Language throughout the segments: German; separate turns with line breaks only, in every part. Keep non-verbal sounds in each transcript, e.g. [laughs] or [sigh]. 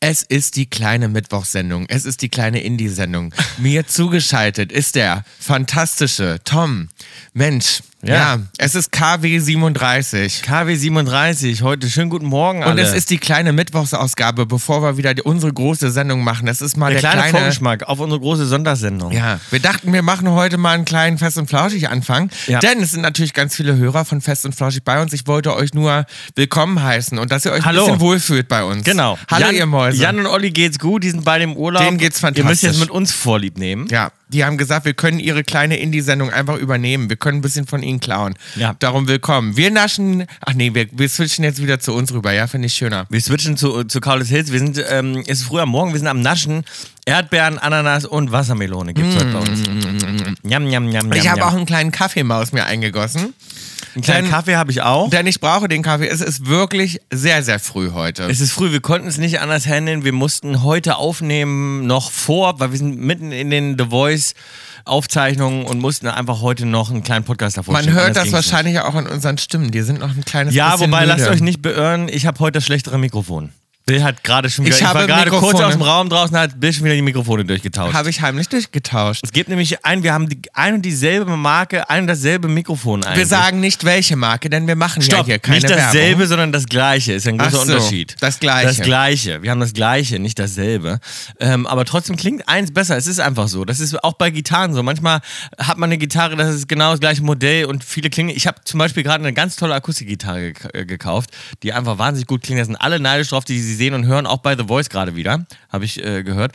Es ist die kleine Mittwochssendung. Es ist die kleine
[laughs]
Indie-Sendung. Mir zugeschaltet ist der fantastische Tom. Mensch, ja,
Ja.
es ist KW 37.
KW 37, heute schönen guten Morgen alle.
Und es ist die kleine Mittwochsausgabe, bevor wir wieder die, unsere große Sendung machen. Das ist mal
der
der,
kleine,
kleine
Vorgeschmack auf unsere große Sondersendung.
Ja, wir dachten, wir machen heute mal einen kleinen Fest und Flauschig Anfang,
Ja.
denn es sind natürlich ganz viele Hörer von Fest und Flauschig bei uns. Ich wollte euch nur willkommen heißen und dass ihr euch
Hallo.
ein bisschen wohlfühlt bei uns.
Genau.
Hallo
Jan,
ihr Mäuse.
Jan und Olli geht's gut, die sind beide im Urlaub.
Denen geht's
Ihr müsst
fantastisch.
jetzt mit uns Vorlieb nehmen.
ja, die haben gesagt, wir können ihre kleine Indie-Sendung einfach übernehmen. Wir können ein bisschen von ihnen klauen.
Ja.
Darum willkommen. Wir naschen, ach nee, wir, wir switchen jetzt wieder zu uns rüber. Ja, finde ich schöner.
Wir switchen zu, zu Carlos Hills. Wir sind, ähm, es ist früh am Morgen, wir sind am Naschen. Erdbeeren, Ananas und Wassermelone
Mm,
gibt's heute bei uns. Njam, njam, njam,
Ich
njam,
habe
njam.
auch einen kleinen Kaffeemaus mir eingegossen,
einen kleinen
denn-
Kaffee habe ich auch.
denn ich brauche den Kaffee. Es ist wirklich sehr, sehr früh heute.
Es ist früh, wir konnten es nicht anders handeln. Wir mussten heute aufnehmen, noch vor, weil wir sind mitten in den The Voice-Aufzeichnungen und mussten einfach heute noch einen kleinen Podcast davor
Man
schieben.
hört
Anders
das
ging's nicht.
wahrscheinlich auch an unseren Stimmen. Die sind noch ein kleines
Ja,
bisschen
wobei
müde.
lasst euch nicht beirren, ich habe heute das schlechtere Mikrofon. Bill hat gerade schon wieder,
Ich
ich, war
habe
gerade kurz
Mikrofone.
aus dem Raum draußen, hat Bill schon wieder die Mikrofone durchgetauscht.
Habe ich heimlich durchgetauscht.
es gibt nämlich ein, wir haben die, ein und dieselbe Marke, ein und dasselbe Mikrofon eigentlich.
Wir sagen nicht welche Marke, denn wir machen ja
Stopp,
hier keine
nicht dasselbe,
Werbung.
sondern das gleiche. Ist ja ein
Ach
großer
so,
Unterschied.
das Gleiche.
Das gleiche. Wir haben das gleiche, nicht dasselbe. Ähm, aber trotzdem klingt eins besser. Es ist einfach so. Das ist auch bei Gitarren so. Manchmal hat man eine Gitarre, das ist genau das gleiche Modell und viele klingen. Ich habe zum Beispiel gerade eine ganz tolle Akustikgitarre gek äh, gekauft, die einfach wahnsinnig gut klingt. Da sind alle neidisch drauf, die sie sehen und hören. Auch bei The Voice gerade wieder, habe ich äh, gehört.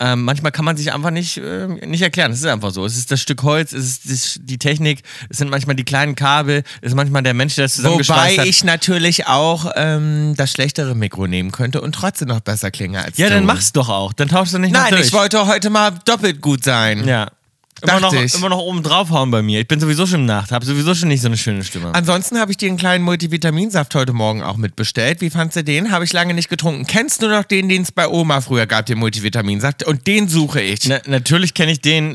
Ähm, manchmal kann man sich einfach nicht, äh, nicht erklären. Es ist einfach so. Es ist das Stück Holz, es ist das, die Technik, es sind manchmal die kleinen Kabel, es ist manchmal der Mensch, der es zusammengeschweißt
Wobei
hat.
ich natürlich auch ähm, das schlechtere Mikro nehmen könnte und trotzdem noch besser klinge als
Ja,
du.
dann mach's doch auch. Dann tauschst du nicht
Nein,
noch durch.
ich wollte heute mal doppelt gut sein.
Ja.
Dachte
Immer noch,
ich.
immer noch oben draufhauen bei mir. Ich bin sowieso schon im Nacht, hab sowieso schon nicht so eine schöne Stimme.
Ansonsten habe ich dir einen kleinen Multivitaminsaft heute Morgen auch mitbestellt. Wie fandst du den? Habe ich lange nicht getrunken. Kennst du noch den, den es bei Oma früher gab, den Multivitaminsaft? Und den suche ich.
Na, natürlich kenne ich den.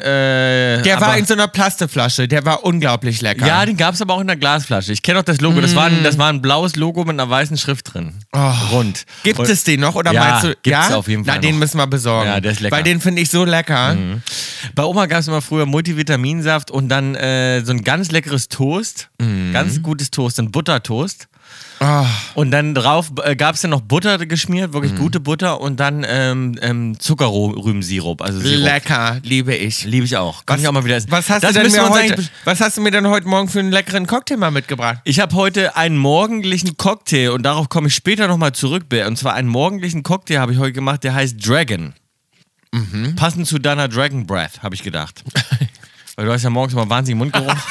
Der
Äh, Ne, aber,
war in so einer Plasteflasche. Der war unglaublich lecker.
Ja, den gab's aber auch in der Glasflasche. Ich kenne auch das Logo. Das, war
Mm.
ein, das war ein blaues Logo mit einer weißen Schrift drin. Rund.
Oh. Gibt
Und-
es den noch oder
Ja,
meinst du?
gibt's auf jeden Fall
Na, den
noch.
müssen wir besorgen.
Ja, der ist lecker. Mhm.
Weil den finde ich so lecker.
Bei Oma gab es immer früher Multivitaminsaft und dann äh, so ein ganz leckeres Toast. Ganz gutes Toast, ein Buttertoast.
Mm. Ah. Mm.
Und dann drauf äh, gab es dann noch Butter geschmiert, wirklich gute Butter und dann ähm, ähm, Zuckerrübensirup. Also Sirup.
Lecker, liebe ich.
Liebe ich auch. Kann ich auch mal wieder essen.
Was hast,
das
du denn
müssen wir
mir
uns
heute,
eigentlich-
was hast du mir denn heute Morgen für einen leckeren Cocktail mal mitgebracht?
Ich habe heute einen morgendlichen Cocktail und darauf komme ich später nochmal zurück, Bill. Und zwar einen morgendlichen Cocktail habe ich heute gemacht, der heißt Dragon. Passend zu deiner Dragon Breath, habe ich [laughs] gedacht. Weil du hast ja morgens mal wahnsinnig Mundgeruch. [laughs]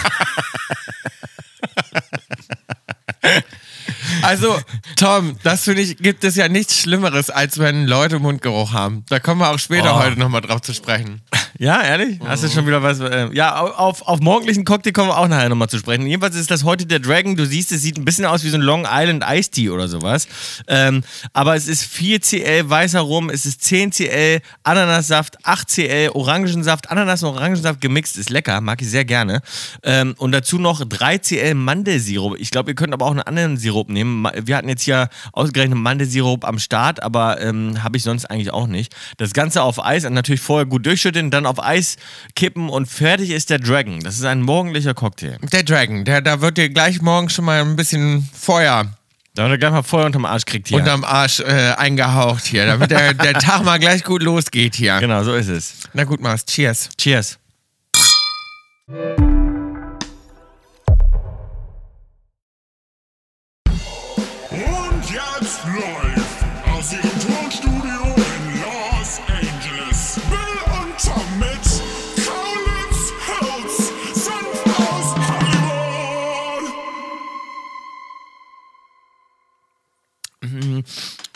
Also, Tom, das finde ich, gibt es ja nichts Schlimmeres, als wenn Leute Mundgeruch haben. Da kommen wir auch später
Oh.
heute nochmal drauf zu sprechen.
Ja, ehrlich? Hast du schon wieder was? Äh, ja, au- auf, auf morgendlichen Cocktail kommen wir auch nachher nochmal zu sprechen. Jedenfalls ist das heute der Dragon. Du siehst, es sieht ein bisschen aus wie so ein Long Island Iced Tea oder sowas. Ähm, aber es ist 4cl weißer Rum, es ist 10cl Ananassaft, 8cl Orangensaft, Ananas und Orangensaft gemixt. Ist lecker, mag ich sehr gerne. Ähm, und dazu noch 3cl Mandelsirup. Ich glaube, ihr könnt aber auch einen anderen Sirup nehmen. Ma- Wir hatten jetzt hier ausgerechnet Mandelsirup am Start, aber ähm, habe ich sonst eigentlich auch nicht. Das Ganze auf Eis und natürlich vorher gut durchschütteln, dann auf Eis kippen und fertig ist der Dragon. Das ist ein morgendlicher Cocktail.
Der Dragon, der, da wird dir gleich morgen schon mal ein bisschen Feuer
Da hat er gleich mal Feuer unterm Arsch kriegt hier.
unterm Arsch äh, eingehaucht hier, damit der, der Tag mal gleich gut losgeht hier.
genau, so ist es.
Na gut, Mars, cheers.
Cheers.
Und jetzt läuft aus ihrem Tonstudio in Los Angeles Bill und Tom mit Kaulitz Hills sind aus Hollywood.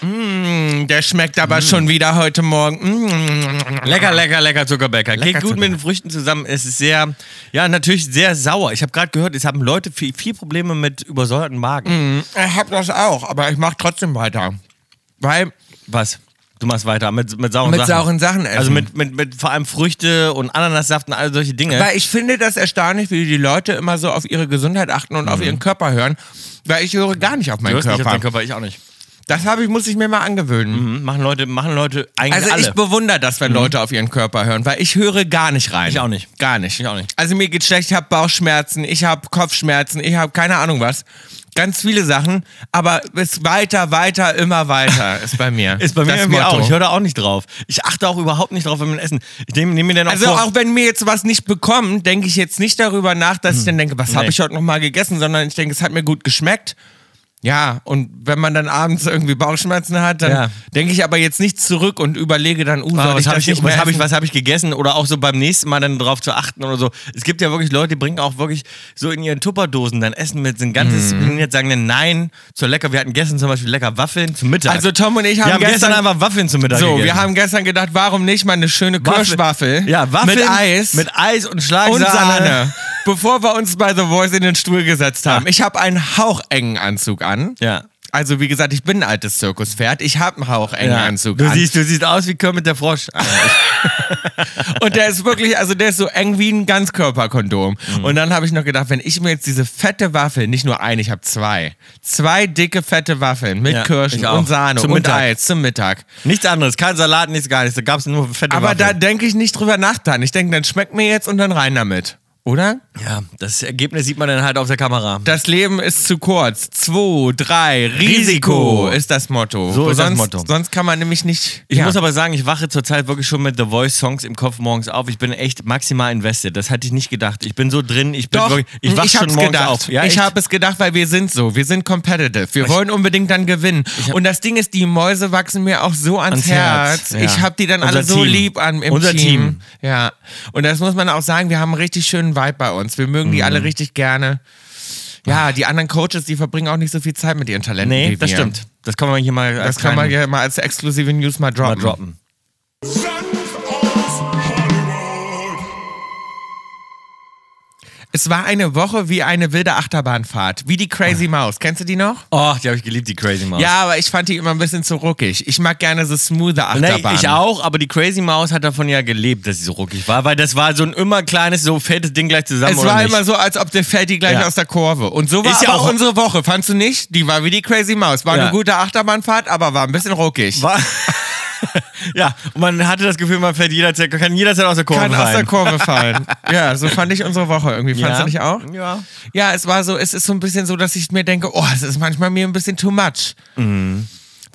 Mm, Der schmeckt aber schon wieder heute Morgen. Mm.
Lecker, lecker, lecker Zuckerbäcker. Geht gut
Zuckerbäcker.
mit den Früchten zusammen. Es ist sehr, ja, natürlich sehr sauer. Ich habe gerade gehört, es haben Leute viel, viel Probleme mit übersäuerten
Mhm.
Magen.
Ich hab das auch, aber ich mach trotzdem weiter. Weil
Was? Du machst weiter mit, mit sauren
Mit
Sachen.
sauren Sachen essen.
Also mit, mit, mit vor allem Früchte und Ananassaft und all solche Dinge.
Weil ich finde das erstaunlich, wie die Leute immer so auf ihre Gesundheit achten und auf ihren Körper hören. Weil ich höre gar nicht auf meinen
Mhm. hörst nicht auf
Körper.
deinen Körper, ich auch nicht.
Das habe ich, muss ich mir mal angewöhnen.
Mhm. Machen Leute, machen Leute eigentlich
Also
alle. Mhm.
ich bewundere das, wenn Leute auf ihren Körper hören, weil ich höre gar nicht rein.
Ich auch nicht.
Gar nicht.
Ich auch nicht.
Also mir geht schlecht, ich habe Bauchschmerzen, ich habe Kopfschmerzen, ich habe keine Ahnung was. Ganz viele Sachen, aber es weiter, weiter, immer weiter ist bei mir.
[laughs] Ist bei mir
das
irgendwie
Motto.
auch. Ich höre da auch nicht drauf. Ich achte auch überhaupt nicht drauf, wenn wir essen. Ich nehme nehm mir dann auch
Also
vor.
auch wenn mir jetzt was nicht bekommt, denke ich jetzt nicht darüber nach, dass ich dann denke, was habe
Hm. Nee.
ich heute nochmal gegessen, sondern ich denke, es hat mir gut geschmeckt. Ja, und wenn man dann abends irgendwie Bauchschmerzen hat, dann
Ja.
denke ich aber jetzt nicht zurück und überlege dann, uh,
Ah,
soll
was
ich
habe
das
ich,
nicht
was
mehr
hab ich,
essen?
was hab ich gegessen oder auch so beim nächsten Mal dann drauf zu achten oder so. Es gibt ja wirklich Leute, die bringen auch wirklich so in ihren Tupperdosen dann Essen mit, sind
Mhm.
ganz diszipliniert, sagen dann Nein zur Lecker. Wir hatten gestern zum Beispiel lecker Waffeln zum Mittag.
Also Tom und ich
wir
haben,
haben gestern,
gestern,
einfach Waffeln zum Mittag
so,
gegessen.
wir haben gestern gedacht, warum nicht mal eine schöne
Waffeln-
Kirschwaffel
ja, Waffeln
mit Eis
mit Eis und
und
Schlagsahne.
Sahne. Bevor wir uns bei The Voice in den Stuhl gesetzt haben. Ich habe einen hauchengen Anzug an.
Ja.
Also wie gesagt, ich bin ein altes Zirkuspferd. Ich habe einen hauchengen
Ja.
Anzug
du
an.
siehst, du siehst aus wie Kermit der Frosch.
Und der ist wirklich, also der ist so eng wie ein Ganzkörperkondom.
Mhm.
Und dann habe ich noch gedacht, wenn ich mir jetzt diese fette Waffel, nicht nur eine, ich habe zwei, zwei dicke fette Waffeln mit
Ja,
Kirschen
ich auch.
und Sahne
Zum
und
Mittag.
Eis zum Mittag.
nichts anderes, kein Salat, nichts gar nichts. Da gab es nur fette
Aber da
Waffeln.
denke ich nicht drüber nach dann. Ich denke, dann schmeckt mir jetzt und dann rein damit. Oder?
ja, das Ergebnis sieht man dann halt auf der Kamera.
Das Leben ist zu kurz. Zwei, drei, Risiko,
Risiko.
ist das Motto.
So
Wo
ist das
sonst,
Motto.
Sonst kann man nämlich nicht.
Ich
ja.
muss aber sagen, ich wache zurzeit wirklich schon mit The Voice Songs im Kopf morgens auf. Ich bin echt maximal invested. Das hatte ich nicht gedacht. Ich bin so drin. Ich bin
Doch,
wirklich. Ich wache schon
hab's
morgens
gedacht.
auf.
ich
echt?
habe es gedacht, weil wir sind so. Wir sind competitive. Wir wollen unbedingt dann gewinnen. Und das Ding ist, die Mäuse wachsen mir auch so ans,
Ans
Herz.
Herz, ja.
Ich habe die dann alle
Unser
so
Team.
lieb an, im
Unser
Team.
Team.
Ja. Und das muss man auch sagen, wir haben einen richtig schönen Vibe bei uns. Wir mögen die alle
Mhm.
richtig gerne. Ja, die anderen Coaches, die verbringen auch nicht so viel Zeit mit ihren Talenten.
Nee,
wie
das
wir.
stimmt. Das kann man hier mal.
Das kann man ja mal als exklusive News mal droppen.
mal droppen.
Senf aus Hollywood.
Es war eine Woche wie eine wilde Achterbahnfahrt. Wie die Crazy Maus. Kennst du die noch?
Oh, die habe ich geliebt, die Crazy Mouse.
Ja, aber ich fand die immer ein bisschen zu ruckig. Ich mag gerne so smooth
Nee,
Achterbahnen.
ich auch, aber die Crazy Mouse hat davon ja gelebt, dass sie so ruckig war, weil das war so ein immer kleines, so fettes Ding gleich zusammen.
Es
oder
war
nicht?
immer so, als ob der Fatty gleich
Ja.
aus der Kurve. Und so war
Ist ja
aber auch
auch-
unsere Woche, fandst du nicht? Die war wie die Crazy Maus. War eine
Ja.
gute Achterbahnfahrt, aber war ein bisschen ruckig.
[laughs] War [laughs] ja, und man hatte das Gefühl, man fährt jederzeit, kann jederzeit aus der Kurve
Kann aus der
rein.
Kurve
[laughs]
fallen. ja, so fand ich unsere Woche irgendwie. Fandst
Ja.
du nicht auch?
Ja.
Ja, es war so, es ist so ein bisschen so, dass ich mir denke, oh, es ist manchmal mir ein bisschen too much.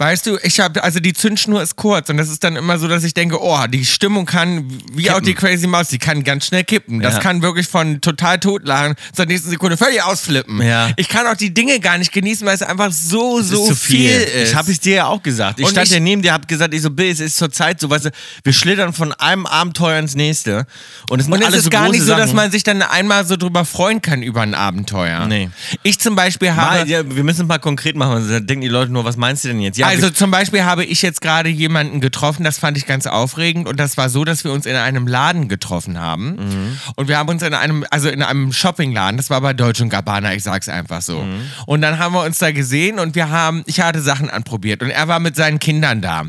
Weißt du, ich habe also die Zündschnur ist kurz und das ist dann immer so, dass ich denke, oh, die Stimmung kann, wie auch die Crazy Maus, die kann ganz schnell kippen. Das
Ja.
kann wirklich von total totlachen zur nächsten Sekunde völlig ausflippen.
Ja.
Ich kann auch die Dinge gar nicht genießen, weil es einfach so,
Es
so
ist zu
viel. ist.
Ich habe es dir ja auch gesagt. Ich
Und
stand
ich-
ja neben dir, hab gesagt, ich so, Bill, es ist zurzeit so, weißt du, wir schlittern von einem Abenteuer ins nächste. Und es sind
Und
alles
es
so
ist gar
große
nicht so,
Sachen.
dass man sich dann einmal so drüber freuen kann über ein Abenteuer.
Nee.
Ich zum Beispiel habe.
Mal, ja, wir müssen es mal konkret machen, sonst denken die Leute nur, was meinst du denn jetzt? Ja,
also
wir-
zum Beispiel habe ich jetzt gerade jemanden getroffen, das fand ich ganz aufregend und das war so, dass wir uns in einem Laden getroffen haben
Mhm.
und wir haben uns in einem, also in einem Shoppingladen, das war bei Deutsch und Gabbana, ich sag's einfach so.
Mhm.
Und dann haben wir uns da gesehen und wir haben, ich hatte Sachen anprobiert und er war mit seinen Kindern da.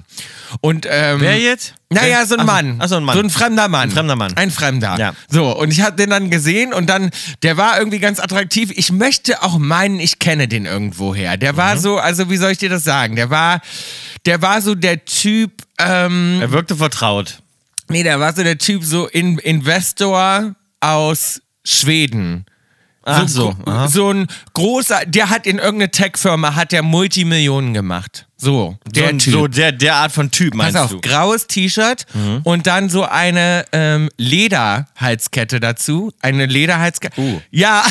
Und ähm,
Wer jetzt?
Naja,
hm. Wer?
so ein
Ach so,
Mann.
ach so, ein Mann.
So ein fremder Mann.
Ein fremder Mann.
Ein Fremder.
Ja.
So, und ich habe den dann gesehen und dann, der war irgendwie ganz attraktiv. Ich möchte auch meinen, ich kenne den irgendwoher. Der war
Mhm.
so, also wie soll ich dir das sagen? Der war, der war so der Typ, ähm,
er wirkte vertraut.
nee, der war so der Typ, so in, Investor aus Schweden.
Ach so.
gro-
aha.
so ein großer, der hat in irgendeine Tech-Firma, hat der Multimillionen gemacht. So,
so,
der
ein-
Typ.
so der, der Art von Typ, meinst
Pass auf,
du? Mhm.
graues T-Shirt und dann so eine ähm, Lederhalskette dazu. Eine Lederhalskette.
Uh.
Ja.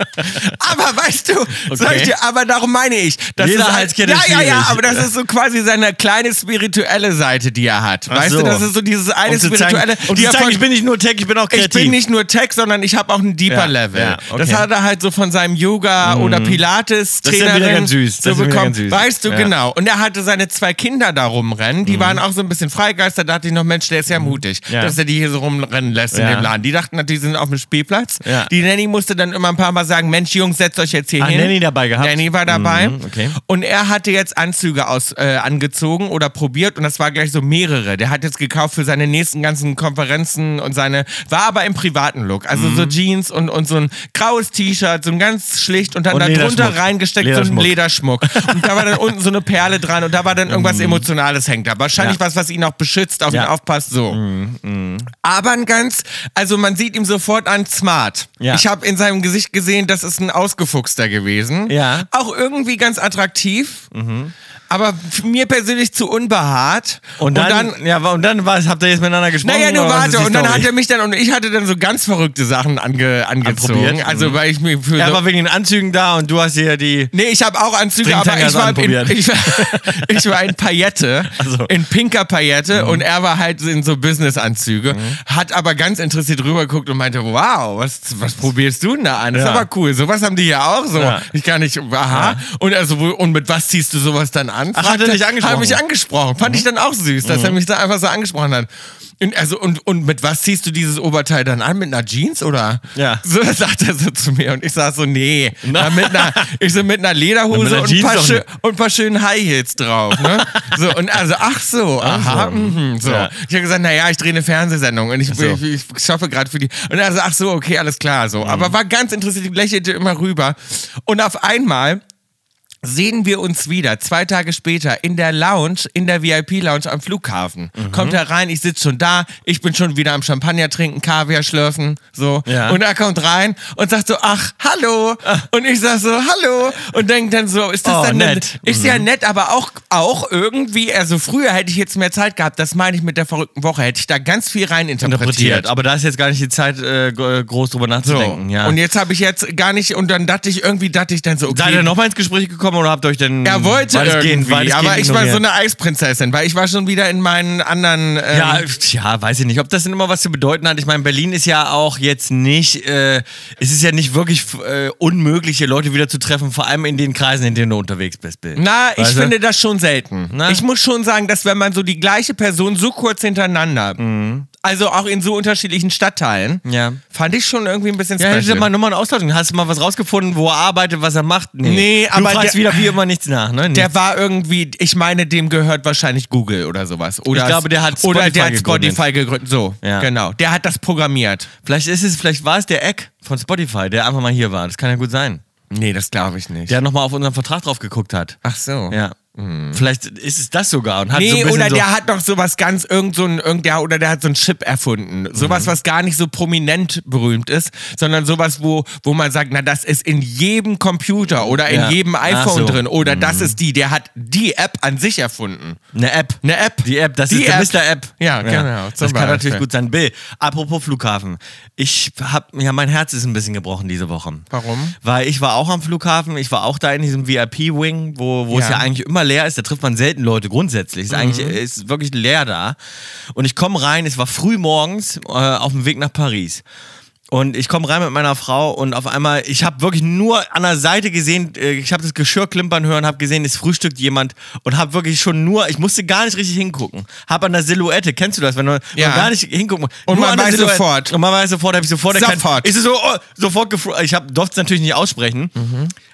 [laughs] aber weißt du, sag ich
Okay.
dir, aber darum meine ich. das ist
Lederhalskette
halt-
ist
Ja, ja, ja,
schwierig.
aber das ist so quasi seine kleine spirituelle Seite, die er hat.
Ach
weißt du,
so.
das ist so dieses eine
Um zu zeigen,
spirituelle.
um
die
zu
er
zeigen
von-
ich bin nicht nur Tech, ich bin auch kreativ.
ich bin nicht nur Tech, sondern ich habe auch ein deeper
Ja,
Level.
ja, okay. Mhm.
Das hat er halt so von seinem Yoga oder Pilates
Das ist ja wieder
Trainerin
ganz süß. Das
so
ist wieder
bekommen.
ganz süß.
Weißt du
Ja. Mhm.
genau. Und er hatte seine zwei Kinder da rumrennen. Die waren auch so ein bisschen Freigeister. Da dachte ich noch, Mensch, der ist ja mutig,
Ja.
dass er die hier so rumrennen lässt in
Ja.
dem Laden. Die dachten natürlich, sie sind auf dem Spielplatz.
Ja.
Die Nanny musste dann immer ein paar Mal sagen, Mensch, Jungs, setzt euch jetzt hier
Ah,
hin.
Nanny dabei gehabt?
Nanny war dabei.
Mhm, okay.
Und er hatte jetzt Anzüge aus, äh, angezogen oder probiert und das war gleich so mehrere. Der hat jetzt gekauft für seine nächsten ganzen Konferenzen und seine, war aber im privaten Look. Also so
Mhm.
Jeans und, und so ein graues T-Shirt, so ein ganz schlicht und dann
Und
da drunter
Lederschmuck.
reingesteckt so ein Lederschmuck. und da war dann unten so eine Perle dran und da war dann
[laughs]
irgendwas Emotionales hängt da. Wahrscheinlich
Mhm. Ja.
was, was ihn auch beschützt, auf
Ja. Mhm,
ihn aufpasst, so. Aber ein ganz, also man sieht ihm sofort an smart.
Ja.
Ich habe in seinem Gesicht gesehen, das ist ein Ausgefuchster gewesen.
Ja.
Auch irgendwie ganz attraktiv, aber f- mir persönlich zu unbehaart.
Und dann, ja, wa- und dann was, habt ihr jetzt miteinander gesprochen?
naja, nur
oder was ist
warte,
die
und dann
Story?
hat er mich dann, und ich hatte dann so ganz verrückte Sachen ange, angezogen.
Anprobiert,
Also, weil ich mir für
Er
so,
war wegen den Anzügen da und du hast hier die.
Nee, ich habe auch Anzüge, aber
Stringtangas
ich war, in, [laughs]
anprobiert.
ich, war, ich war in Paillette,
so.
in pinker Paillette
Mhm.
und er war halt in so Business-Anzüge, hat aber ganz interessiert rübergeguckt und meinte, wow, was, was probierst du denn da an? Das
Ja.
ist aber cool, sowas haben die ja auch so.
Ja.
Ich kann nicht, aha. Und, also, wo- und mit was ziehst du sowas dann an?
Ach, hat er dich angesprochen?
Hat mich angesprochen, fand
Mhm.
ich dann auch süß, dass er mich da einfach so angesprochen hat. Und, also, und, und mit was ziehst du dieses Oberteil dann an? Mit einer Jeans oder?
Ja.
So [laughs] sagt er so zu mir und ich sag so, nee, na, mit einer, ich so mit einer Lederhose
Mit einer
und, ein
Jeans
paar
doch
schö-
nicht.
und ein paar schönen High Heels drauf. Ne? so und also ach so, aha,
so.
mhm, so.
Ja.
Ich habe gesagt, naja, ich drehe eine Fernsehsendung und ich, ich, ich schaffe gerade für die. Und er so, ach so, okay, alles klar, so.
Mhm.
Aber war ganz interessiert, lächelte immer rüber und auf einmal sehen wir uns wieder zwei Tage später in der Lounge, in der VIP-Lounge am Flughafen.
Mhm.
Kommt er rein, ich sitze schon da, ich bin schon wieder am Champagner trinken, Kaviar schlürfen, so.
Ja. Ah.
Und er kommt rein und sagt so, ach, hallo. Und ich sag so, hallo. Und denkt dann so, ist das
Oh,
dann
nett.
Eine, ist ja nett, aber auch, auch irgendwie, also früher hätte ich jetzt mehr Zeit gehabt, das meine ich mit der verrückten Woche, hätte ich da ganz viel rein interpretiert.
interpretiert. Aber da ist jetzt gar nicht die Zeit, äh, g- groß drüber nachzudenken. Ja.
Und jetzt habe ich jetzt gar nicht, und dann dachte ich, irgendwie dachte ich dann so, okay,
Seid ihr nochmal ins Gespräch gekommen oder habt ihr euch denn.
Er wollte
weitestgehend-
irgendwie,
weitestgehend
aber ich war
ignoriert?
so eine Eisprinzessin, weil ich war schon wieder in meinen anderen. Ähm,
Ja, tja, weiß ich nicht, ob das denn immer was zu bedeuten hat. Ich meine, Berlin ist ja auch jetzt nicht, äh, es ist ja nicht wirklich äh, unmöglich, hier Leute wieder zu treffen, vor allem in den Kreisen, in denen du unterwegs bist, Bill.
na, ich
Weißt du?
finde das schon selten.
Na?
Ich muss schon sagen, dass wenn man so die gleiche Person so kurz hintereinander,
Mhm.
also auch in so unterschiedlichen Stadtteilen,
Ja.
fand ich schon irgendwie ein bisschen
Mhm. Ja, hättest du
special.
mal Nummern auslassen. Hast du mal was rausgefunden, wo er arbeitet, was er macht?
Nee,
du
aber
fragst
der-
wieder wie immer nichts nach, ne?
der war irgendwie, ich meine, dem gehört wahrscheinlich Google oder sowas. Oder
Ich glaube, der hat
oder
Spotify
der hat
gegründet.
Spotify gegründet. So,
Ja.
genau. Der hat das programmiert.
Vielleicht ist es, vielleicht war es der Eck von Spotify, der einfach mal hier war. Das kann ja gut sein.
Nee, das glaube ich nicht.
Der nochmal auf unseren Vertrag drauf geguckt hat.
Ach so.
Ja. Vielleicht ist es das sogar und hat so ein
Nee,
bisschen
oder
so,
der hat noch sowas ganz, irgend so ein, irgend, der, oder der hat so einen Chip erfunden.
Mhm.
Sowas, was gar nicht so prominent berühmt ist, sondern sowas, wo, wo man sagt, na, das ist in jedem Computer oder in
Ja.
jedem
Ach
iPhone
so. Mhm.
drin oder das ist die, der hat die App an sich erfunden.
eine App.
Eine App.
Die App, das
Ne- Die
ist
App.
der Mr. App.
Ja, genau, zum
Das kann
Beispiel.
natürlich gut sein. Bill, apropos Flughafen. Ich hab, ja, mein Herz ist ein bisschen gebrochen diese Woche.
Warum?
Weil ich war auch am Flughafen, ich war auch da in diesem VIP-Wing, wo, wo es
Ja. Mhm.
ja eigentlich immer leer ist. Da trifft man selten Leute grundsätzlich. Ist eigentlich ist wirklich leer da. Und ich komme rein, es war früh morgens äh, auf dem Weg nach Paris. Und ich komme rein mit meiner Frau und auf einmal, ich habe wirklich nur an der Seite gesehen, äh, ich habe das Geschirr klimpern hören, habe gesehen, es frühstückt jemand und habe wirklich schon nur, ich musste gar nicht richtig hingucken. Habe an der Silhouette, kennst du das, wenn du wenn
Ja.
man gar nicht hingucken muss.
Und
nur
man
an der
weiß
Silhouette.
sofort.
Und man weiß sofort, habe ich sofort erkannt.
Sofort.
Ist es so, oh, sofort gefro- Ich durfte es natürlich nicht aussprechen.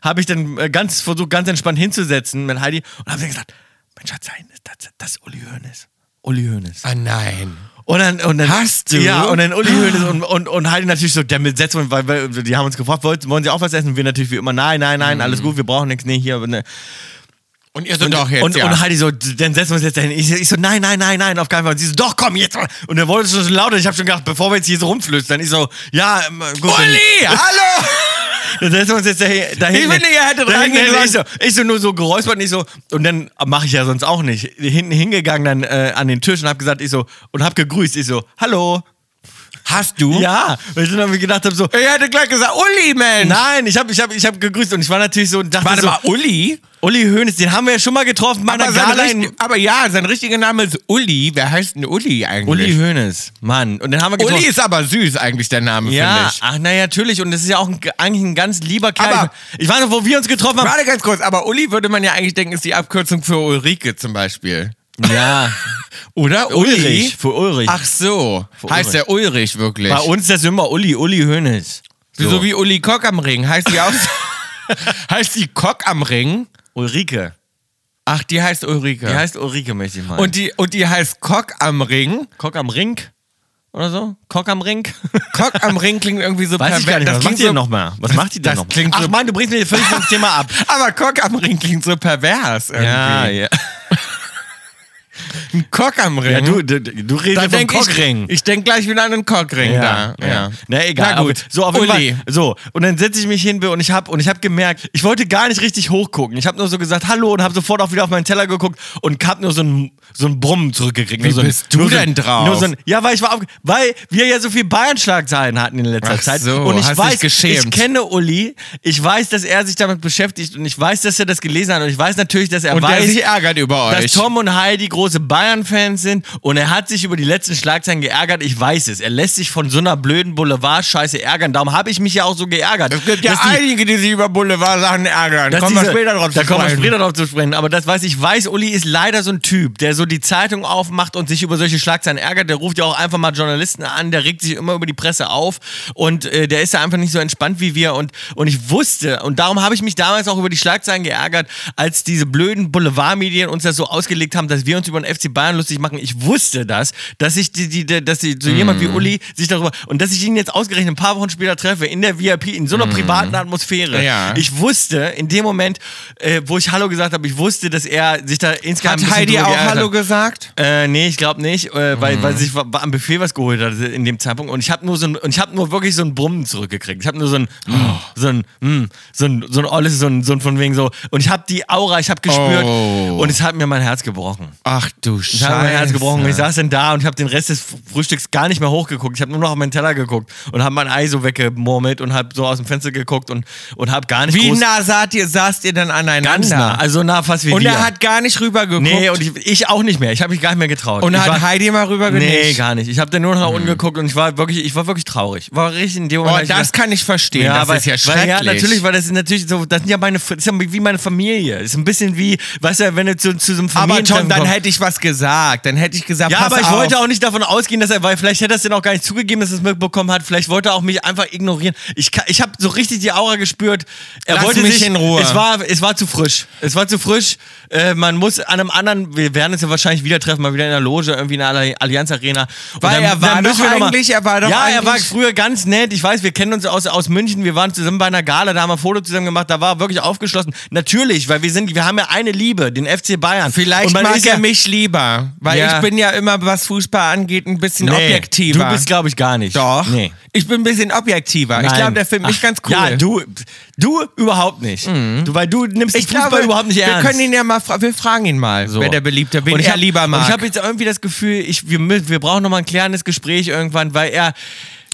Habe ich dann äh, ganz versucht, ganz entspannt hinzusetzen mit Heidi und habe gesagt, mein Schatz, nein, das, das ist Uli Hoeneß. Uli Hoeneß.
Ah, nein.
Und dann, und dann
Hast du?
Ja, und dann Uli Hoeneß und, und, und Heidi natürlich so, der mit Setzung, weil, weil die haben uns gefragt, wollt, wollen sie auch was essen? Wir natürlich wie immer, nein, nein, nein, alles gut, wir brauchen nichts, nee, hier, ne.
Und ihr so doch Mhm. jetzt.
und, halt
ja.
und Heidi so, dann setzen wir uns jetzt dahin. Ich, ich so, nein, nein, nein, nein, auf keinen Fall. Und sie so, doch, komm, jetzt. mal. Und er wollte schon so lauter. Ich habe schon gedacht, bevor wir jetzt hier so rumflüstern, ich so, ja, ähm, gut. [laughs]
Uli,
dann-
hallo!
Dann setzen wir uns jetzt dahin. dahin
Ich finde, ihr hättet
Dann hinten
reingehen
Ich so, ich so nur so geräuspert und ich so, und dann mache ich ja sonst auch nicht. Hinten hingegangen dann äh, an den Tisch und habe gesagt, ich so, und habe gegrüßt. Ich so, hallo.
Hast du?
Ja. Und ich dann gedacht habe so,
Ich hätte gleich gesagt, Uli, Mensch!
nein, ich habe ich hab, ich hab gegrüßt. Und ich war natürlich so und dachte
Warte
so,
mal, Uli?
Uli Hoeneß, den haben wir ja schon mal getroffen. bei einer
Aber, sein
Gala in-
richt- aber ja, sein richtiger Name ist Uli. Wer heißt denn Uli
Uli
eigentlich?
Hoeneß, Mann. Und den haben wir getroffen.
Uli ist aber süß eigentlich der Name, finde
Ja,
ich.
ach, naja, natürlich. Und das ist ja auch ein, eigentlich ein ganz lieber Kerl.
Aber-
ich weiß noch, wo wir uns getroffen haben.
Warte ganz kurz, aber Uli würde man ja eigentlich denken, ist die Abkürzung für Ulrike zum Beispiel.
Ja,
Oder? Uli?
Ulrich. Für Ulrich.
Ach so. heißt
Ulrich.
der Ulrich wirklich?
Bei uns ist das immer Uli, Uli Hoeneß.
So, wie Uli Kock am Ring. Heißt die auch so- [laughs] Heißt die Kock am Ring?
Ulrike.
Ach, die heißt Ulrike.
Die heißt Ulrike, möchte ich mal.
und, die, und die heißt Kock am Ring.
Kock am Ring oder so? Kock am Ring?
Kock am Ring klingt irgendwie so
[laughs] Weiß ich gar nicht.
Das
Was
klingt
macht die denn
so,
nochmal? Was macht die denn
das
nochmal?
klingt
Ach
so-
Mann, du bringst mir völlig das Thema ab.
Aber Kock am Ring klingt so pervers irgendwie.
ja.
[laughs] Ein Kock am Ring.
Ja, du, du, du redest
Mhm. da
ja vom
denk ich,
Cockring.
ich denke gleich wieder an den Cockring da. Ja.
Na egal.
Na gut.
Aber So, auf jeden
Uli.
Fall, so und dann setze ich mich hin und ich habe und ich habe gemerkt, ich wollte gar nicht richtig hochgucken. Ich habe nur so gesagt Hallo und habe sofort auch wieder auf meinen Teller geguckt und hab nur so ein so ein Brummen zurückgekriegt.
Wie
nur so ein,
bist du
nur so
denn
ein,
drauf?
Nur so ein, ja, weil ich war auf, weil wir ja so viel Bayern-Schlagzeilen hatten in letzter
Ach
Zeit
so,
und ich
hast dich
weiß, ich
geschämt.
kenne Uli, ich weiß, dass er sich damit beschäftigt und ich weiß, dass er das gelesen hat und ich weiß natürlich, dass er
Und
weiß,
der sich ärgert über
dass
euch.
Tom und Heidi große Bayern-Fans sind und er hat sich über die letzten Schlagzeilen geärgert. Ich weiß es. Er lässt sich von so einer blöden Boulevard-Scheiße ärgern. Darum habe ich mich ja auch so geärgert.
es gibt ja
dass die-
einige, die sich über Boulevard-Sachen ärgern.
dass
Kommen wir
diese-
später drauf
da
zu
kommen wir
sprechen.
später drauf zu sprechen. Aber das weiß ich, weiß, Uli ist leider so ein Typ, der so die Zeitung aufmacht und sich über solche Schlagzeilen ärgert. Der ruft ja auch einfach mal Journalisten an, der regt sich immer über die Presse auf und äh, der ist da einfach nicht so entspannt wie wir. Und, und ich wusste, und darum habe ich mich damals auch über die Schlagzeilen geärgert, als diese blöden Boulevardmedien uns das so ausgelegt haben, dass wir uns über den FC Bayern lustig machen. Ich wusste das, dass ich die, die, die dass die, so
Mhm.
jemand wie Uli sich darüber und dass ich ihn jetzt ausgerechnet ein paar Wochen später treffe in der VIP, in so einer privaten Atmosphäre.
Mhm. Ja.
Ich ich wusste in dem Moment, äh, wo ich Hallo gesagt habe, ich wusste, dass er sich da insgeheim. ein
Hat
bisschen
Heidi
drüber
auch
geärgert
Hallo Mhm.
hat.
gesagt?
Äh, nee, ich glaube nicht, äh, weil, weil sie sich wa- wa- am Buffet was geholt hat in dem Zeitpunkt und ich habe nur so ein, und ich habe nur wirklich so ein Brummen zurückgekriegt. Ich habe nur so ein, mm,
Oh.
so ein, mm, so ein, so ein alles, so ein, so ein von wegen so und ich habe die Aura, ich habe gespürt
Oh.
und es hat mir mein Herz gebrochen.
Ach du
Ich habe mein Herz gebrochen. und Ich
Scheiße.
saß dann da und ich habe den Rest des F- Frühstücks gar nicht mehr hochgeguckt. Ich habe nur noch auf meinen Teller geguckt und habe mein Ei so weggemurmelt und habe so aus dem Fenster geguckt und, und habe gar nicht
Wie
groß
nah saßt ihr, saßt ihr denn aneinander?
Ganz nah, also nah fast wie
und
wir.
er hat gar nicht rübergeguckt.
nee, und ich, ich auch nicht mehr. Ich habe mich gar nicht mehr getraut.
Und
ich
hat
war-
Heidi mal rübergenickt?
Nee, gar nicht. Ich habe dann nur noch nach unten geguckt und ich war wirklich, ich war wirklich traurig. War richtig in dem Moment.
Oh,
hab ich
das
gedacht,
kann ich verstehen. das
weil,
ist ja schrecklich.
weil, ja, natürlich, weil das ist natürlich so, das sind ja meine, das ist ja wie meine Familie. Das ist ein bisschen wie, weißt du, wenn du zu, zu so einem
aber
Familientreffen
Tom, dann
kommst.
hätte ich was gesagt. Dann hätte ich gesagt,
Ja,
pass
aber ich
auf.
wollte auch nicht davon ausgehen, dass er, weil vielleicht hätte er es denn auch gar nicht zugegeben, dass er es mitbekommen hat. Vielleicht wollte er auch mich einfach ignorieren. Ich, ka- ich habe so richtig die Aura gespürt. Er
Lass
wollte
mich
sich,
in Ruhe.
Es war, es war zu frisch. Es war zu frisch. Äh, man muss an einem anderen, wir werden uns ja wahrscheinlich wieder treffen, mal wieder in der Loge, irgendwie in der Alli- Allianz Arena. Und
Weil er war
müssen
doch
wir noch mal-
eigentlich- er war doch
Ja, er war
eigentlich-
früher ganz nett. Ich weiß, wir kennen uns aus, aus München. Wir waren zusammen bei einer Gala, da haben wir ein Foto zusammen gemacht. Da war er wirklich aufgeschlossen. Natürlich, weil wir sind, wir haben ja eine Liebe, den FC Bayern.
Vielleicht
Und man
mag
ist
er
ja-
mich lieber. Weil
Ja.
ich bin ja immer, was Fußball angeht, ein bisschen objektiver.
Du bist, glaube ich, gar nicht.
Doch.
Nee.
Ich bin ein bisschen objektiver. Ich
Nein.
glaube, der findet mich
Ach,
ganz cool. Mhm.
Ja, du, du überhaupt nicht. Du, weil du nimmst den
ich
Fußball
glaube,
überhaupt nicht
wir
ernst.
können ihn ja mal, fra wir fragen ihn mal,
So.
wer der beliebte, wen
Und ich
er
hab-
lieber
Und
mag.
ich habe jetzt irgendwie das Gefühl, ich, wir, mü- wir brauchen nochmal ein klärendes Gespräch irgendwann, weil er,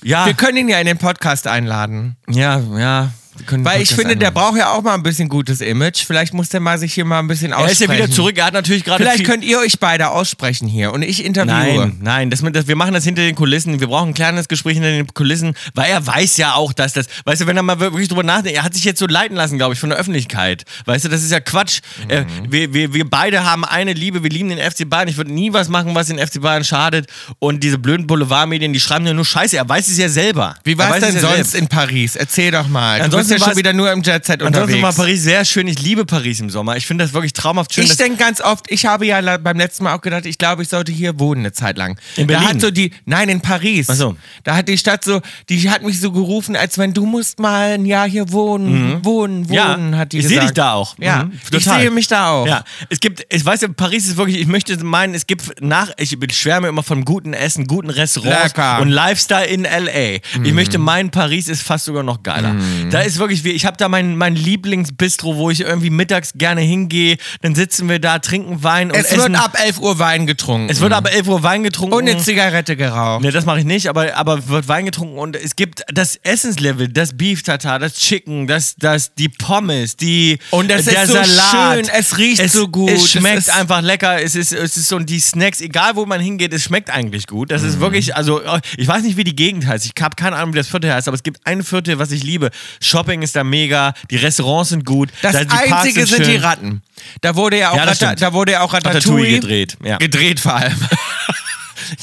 ja,
wir können ihn ja in den Podcast einladen.
ja, ja. wir können
Weil ich
Podcast
finde, der
einladen.
braucht ja auch mal ein bisschen gutes Image. Vielleicht muss der mal sich hier mal ein bisschen
Er
aussprechen.
ist ja wieder zurück, er hat natürlich gerade
Vielleicht
viel-
könnt ihr euch beide aussprechen hier und ich interviewe.
Nein, nein, das, mit- das, wir machen das hinter den Kulissen. Wir brauchen ein kleines Gespräch hinter den Kulissen, weil er weiß ja auch, dass das, weißt du, wenn er mal wirklich drüber nachdenkt, er hat sich jetzt so leiten lassen, glaube ich, von der Öffentlichkeit. Weißt du, das ist ja Quatsch. Äh, wir, wir, wir beide haben eine Liebe, wir lieben den FC Bayern. Ich würde nie was machen, was den FC Bayern schadet. Und diese blöden Boulevardmedien, die schreiben ja nur Scheiße. Er weiß es ja selber.
Wie war
Er
es
weiß
denn
ja
sonst
selber.
in Paris? Erzähl doch mal. Du
Ansonsten
bist ja
war's-
schon wieder nur im Jetset
Ansonsten
unterwegs.
war Paris sehr schön. Ich liebe Paris im Sommer. Ich finde das wirklich traumhaft schön.
ich
dass-
denke ganz oft, ich habe ja la- beim letzten Mal auch gedacht, ich glaube, ich sollte hier wohnen eine Zeit lang.
In
da
Berlin?
hat so die, nein, in Paris.
Ach so.
Da hat die Stadt so, die hat mich so gerufen, als wenn du musst mal ein Jahr hier wohnen, wohnen,
Mhm. Ja,
wohnen, hat die
ich
gesagt.
sehe dich da auch.
Ja,
Mhm,
ich
total.
sehe mich da auch.
Ja, es gibt, ich weiß, Paris ist wirklich, ich möchte meinen, es gibt nach, ich schwärme immer von gutem Essen, guten Restaurants
Lecker. Mhm.
und Lifestyle in L.A. Ich möchte meinen, Paris ist fast sogar noch geiler. Da ist wirklich, wie- ich habe da mein, mein Lieblingsbistro, wo ich irgendwie mittags gerne hingehe, dann sitzen wir da, trinken Wein und
Es
essen.
wird ab 11 Uhr Wein getrunken.
es wird ab 11 Uhr Wein getrunken.
und eine Zigarette geraucht.
Ne, das mache ich nicht, aber, aber wird Wein getrunken und es gibt das Essenslevel, das Beef Tartar, das Chicken, das, das, die Pommes, die
Und es
der
ist so
Salat.
schön, es riecht so gut,
Es schmeckt
es ist-
einfach lecker, es ist, es ist so und die Snacks, egal wo man hingeht, es schmeckt eigentlich gut. Das
Mhm.
ist wirklich, also ich weiß nicht, wie die Gegend heißt, ich habe keine Ahnung, wie das Viertel heißt, aber es gibt ein Viertel, was ich liebe. Shopping ist da mega, die Restaurants sind gut,
Das
da, die Parks
Einzige sind,
schön.
die Ratten. Da wurde ja auch,
Ja, das
Rata-
stimmt.
da wurde ja auch Ratatouille, [laughs]
Ratatouille gedreht, ja.
Gedreht vor allem.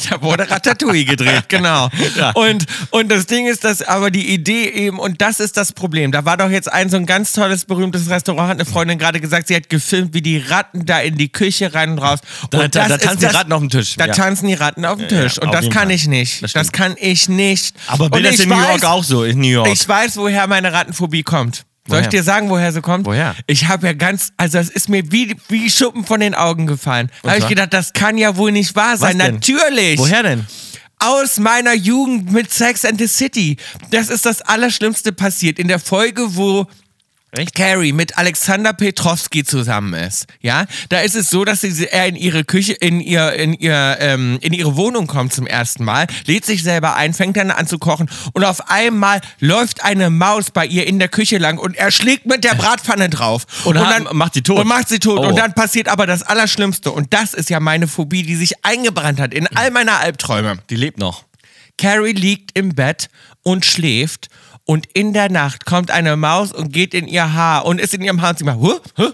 Da wurde Ratatouille gedreht, genau.
[laughs] Ja.
Und, und das Ding ist, dass aber die Idee eben, und das ist das Problem. Da war doch jetzt ein so ein ganz tolles, berühmtes Restaurant, hat eine Freundin gerade gesagt, sie hat gefilmt, wie die Ratten da in die Küche rein und raus.
Da-
und
da-
das
da
ist
tanzen die Ratten auf dem Tisch,
Da
ja.
tanzen die Ratten auf dem
Ja, ja,
Tisch.
auf
und das
jeden
kann
Fall.
ich nicht. Das,
stimmt.
kann ich nicht.
Aber
und
Bill ist
ich
in New York
weiß-
auch so, in New York.
Ich weiß, woher meine Rattenphobie kommt. Soll ich
Woher?
dir sagen, woher sie kommt?
Woher?
Ich habe ja ganz, also es ist mir wie, wie Schuppen von den Augen gefallen. Da habe ich
zwar?
gedacht, das kann ja wohl nicht wahr sein.
denn?
Natürlich.
Woher denn?
Aus meiner Jugend mit Sex and the City. Das ist das Allerschlimmste passiert. In der Folge, wo
Echt?
Carrie mit Alexander Petrovsky zusammen ist, ja, da ist es so, dass sie er in ihre Küche, in ihr, in ihr, ähm, in ihre Wohnung kommt zum ersten Mal, lädt sich selber ein, fängt dann an zu kochen und auf einmal läuft eine Maus bei ihr in der Küche lang und er schlägt mit der Bratpfanne drauf
Und hat- macht sie tot.
und macht sie tot
Oh.
und dann passiert aber das Allerschlimmste und das ist ja meine Phobie, die sich eingebrannt hat in all meiner Albträume.
Die lebt noch.
Carrie liegt im Bett und schläft. Und in der Nacht kommt eine Maus und geht in ihr Haar und ist in ihrem Haar und sie macht, huh, huh,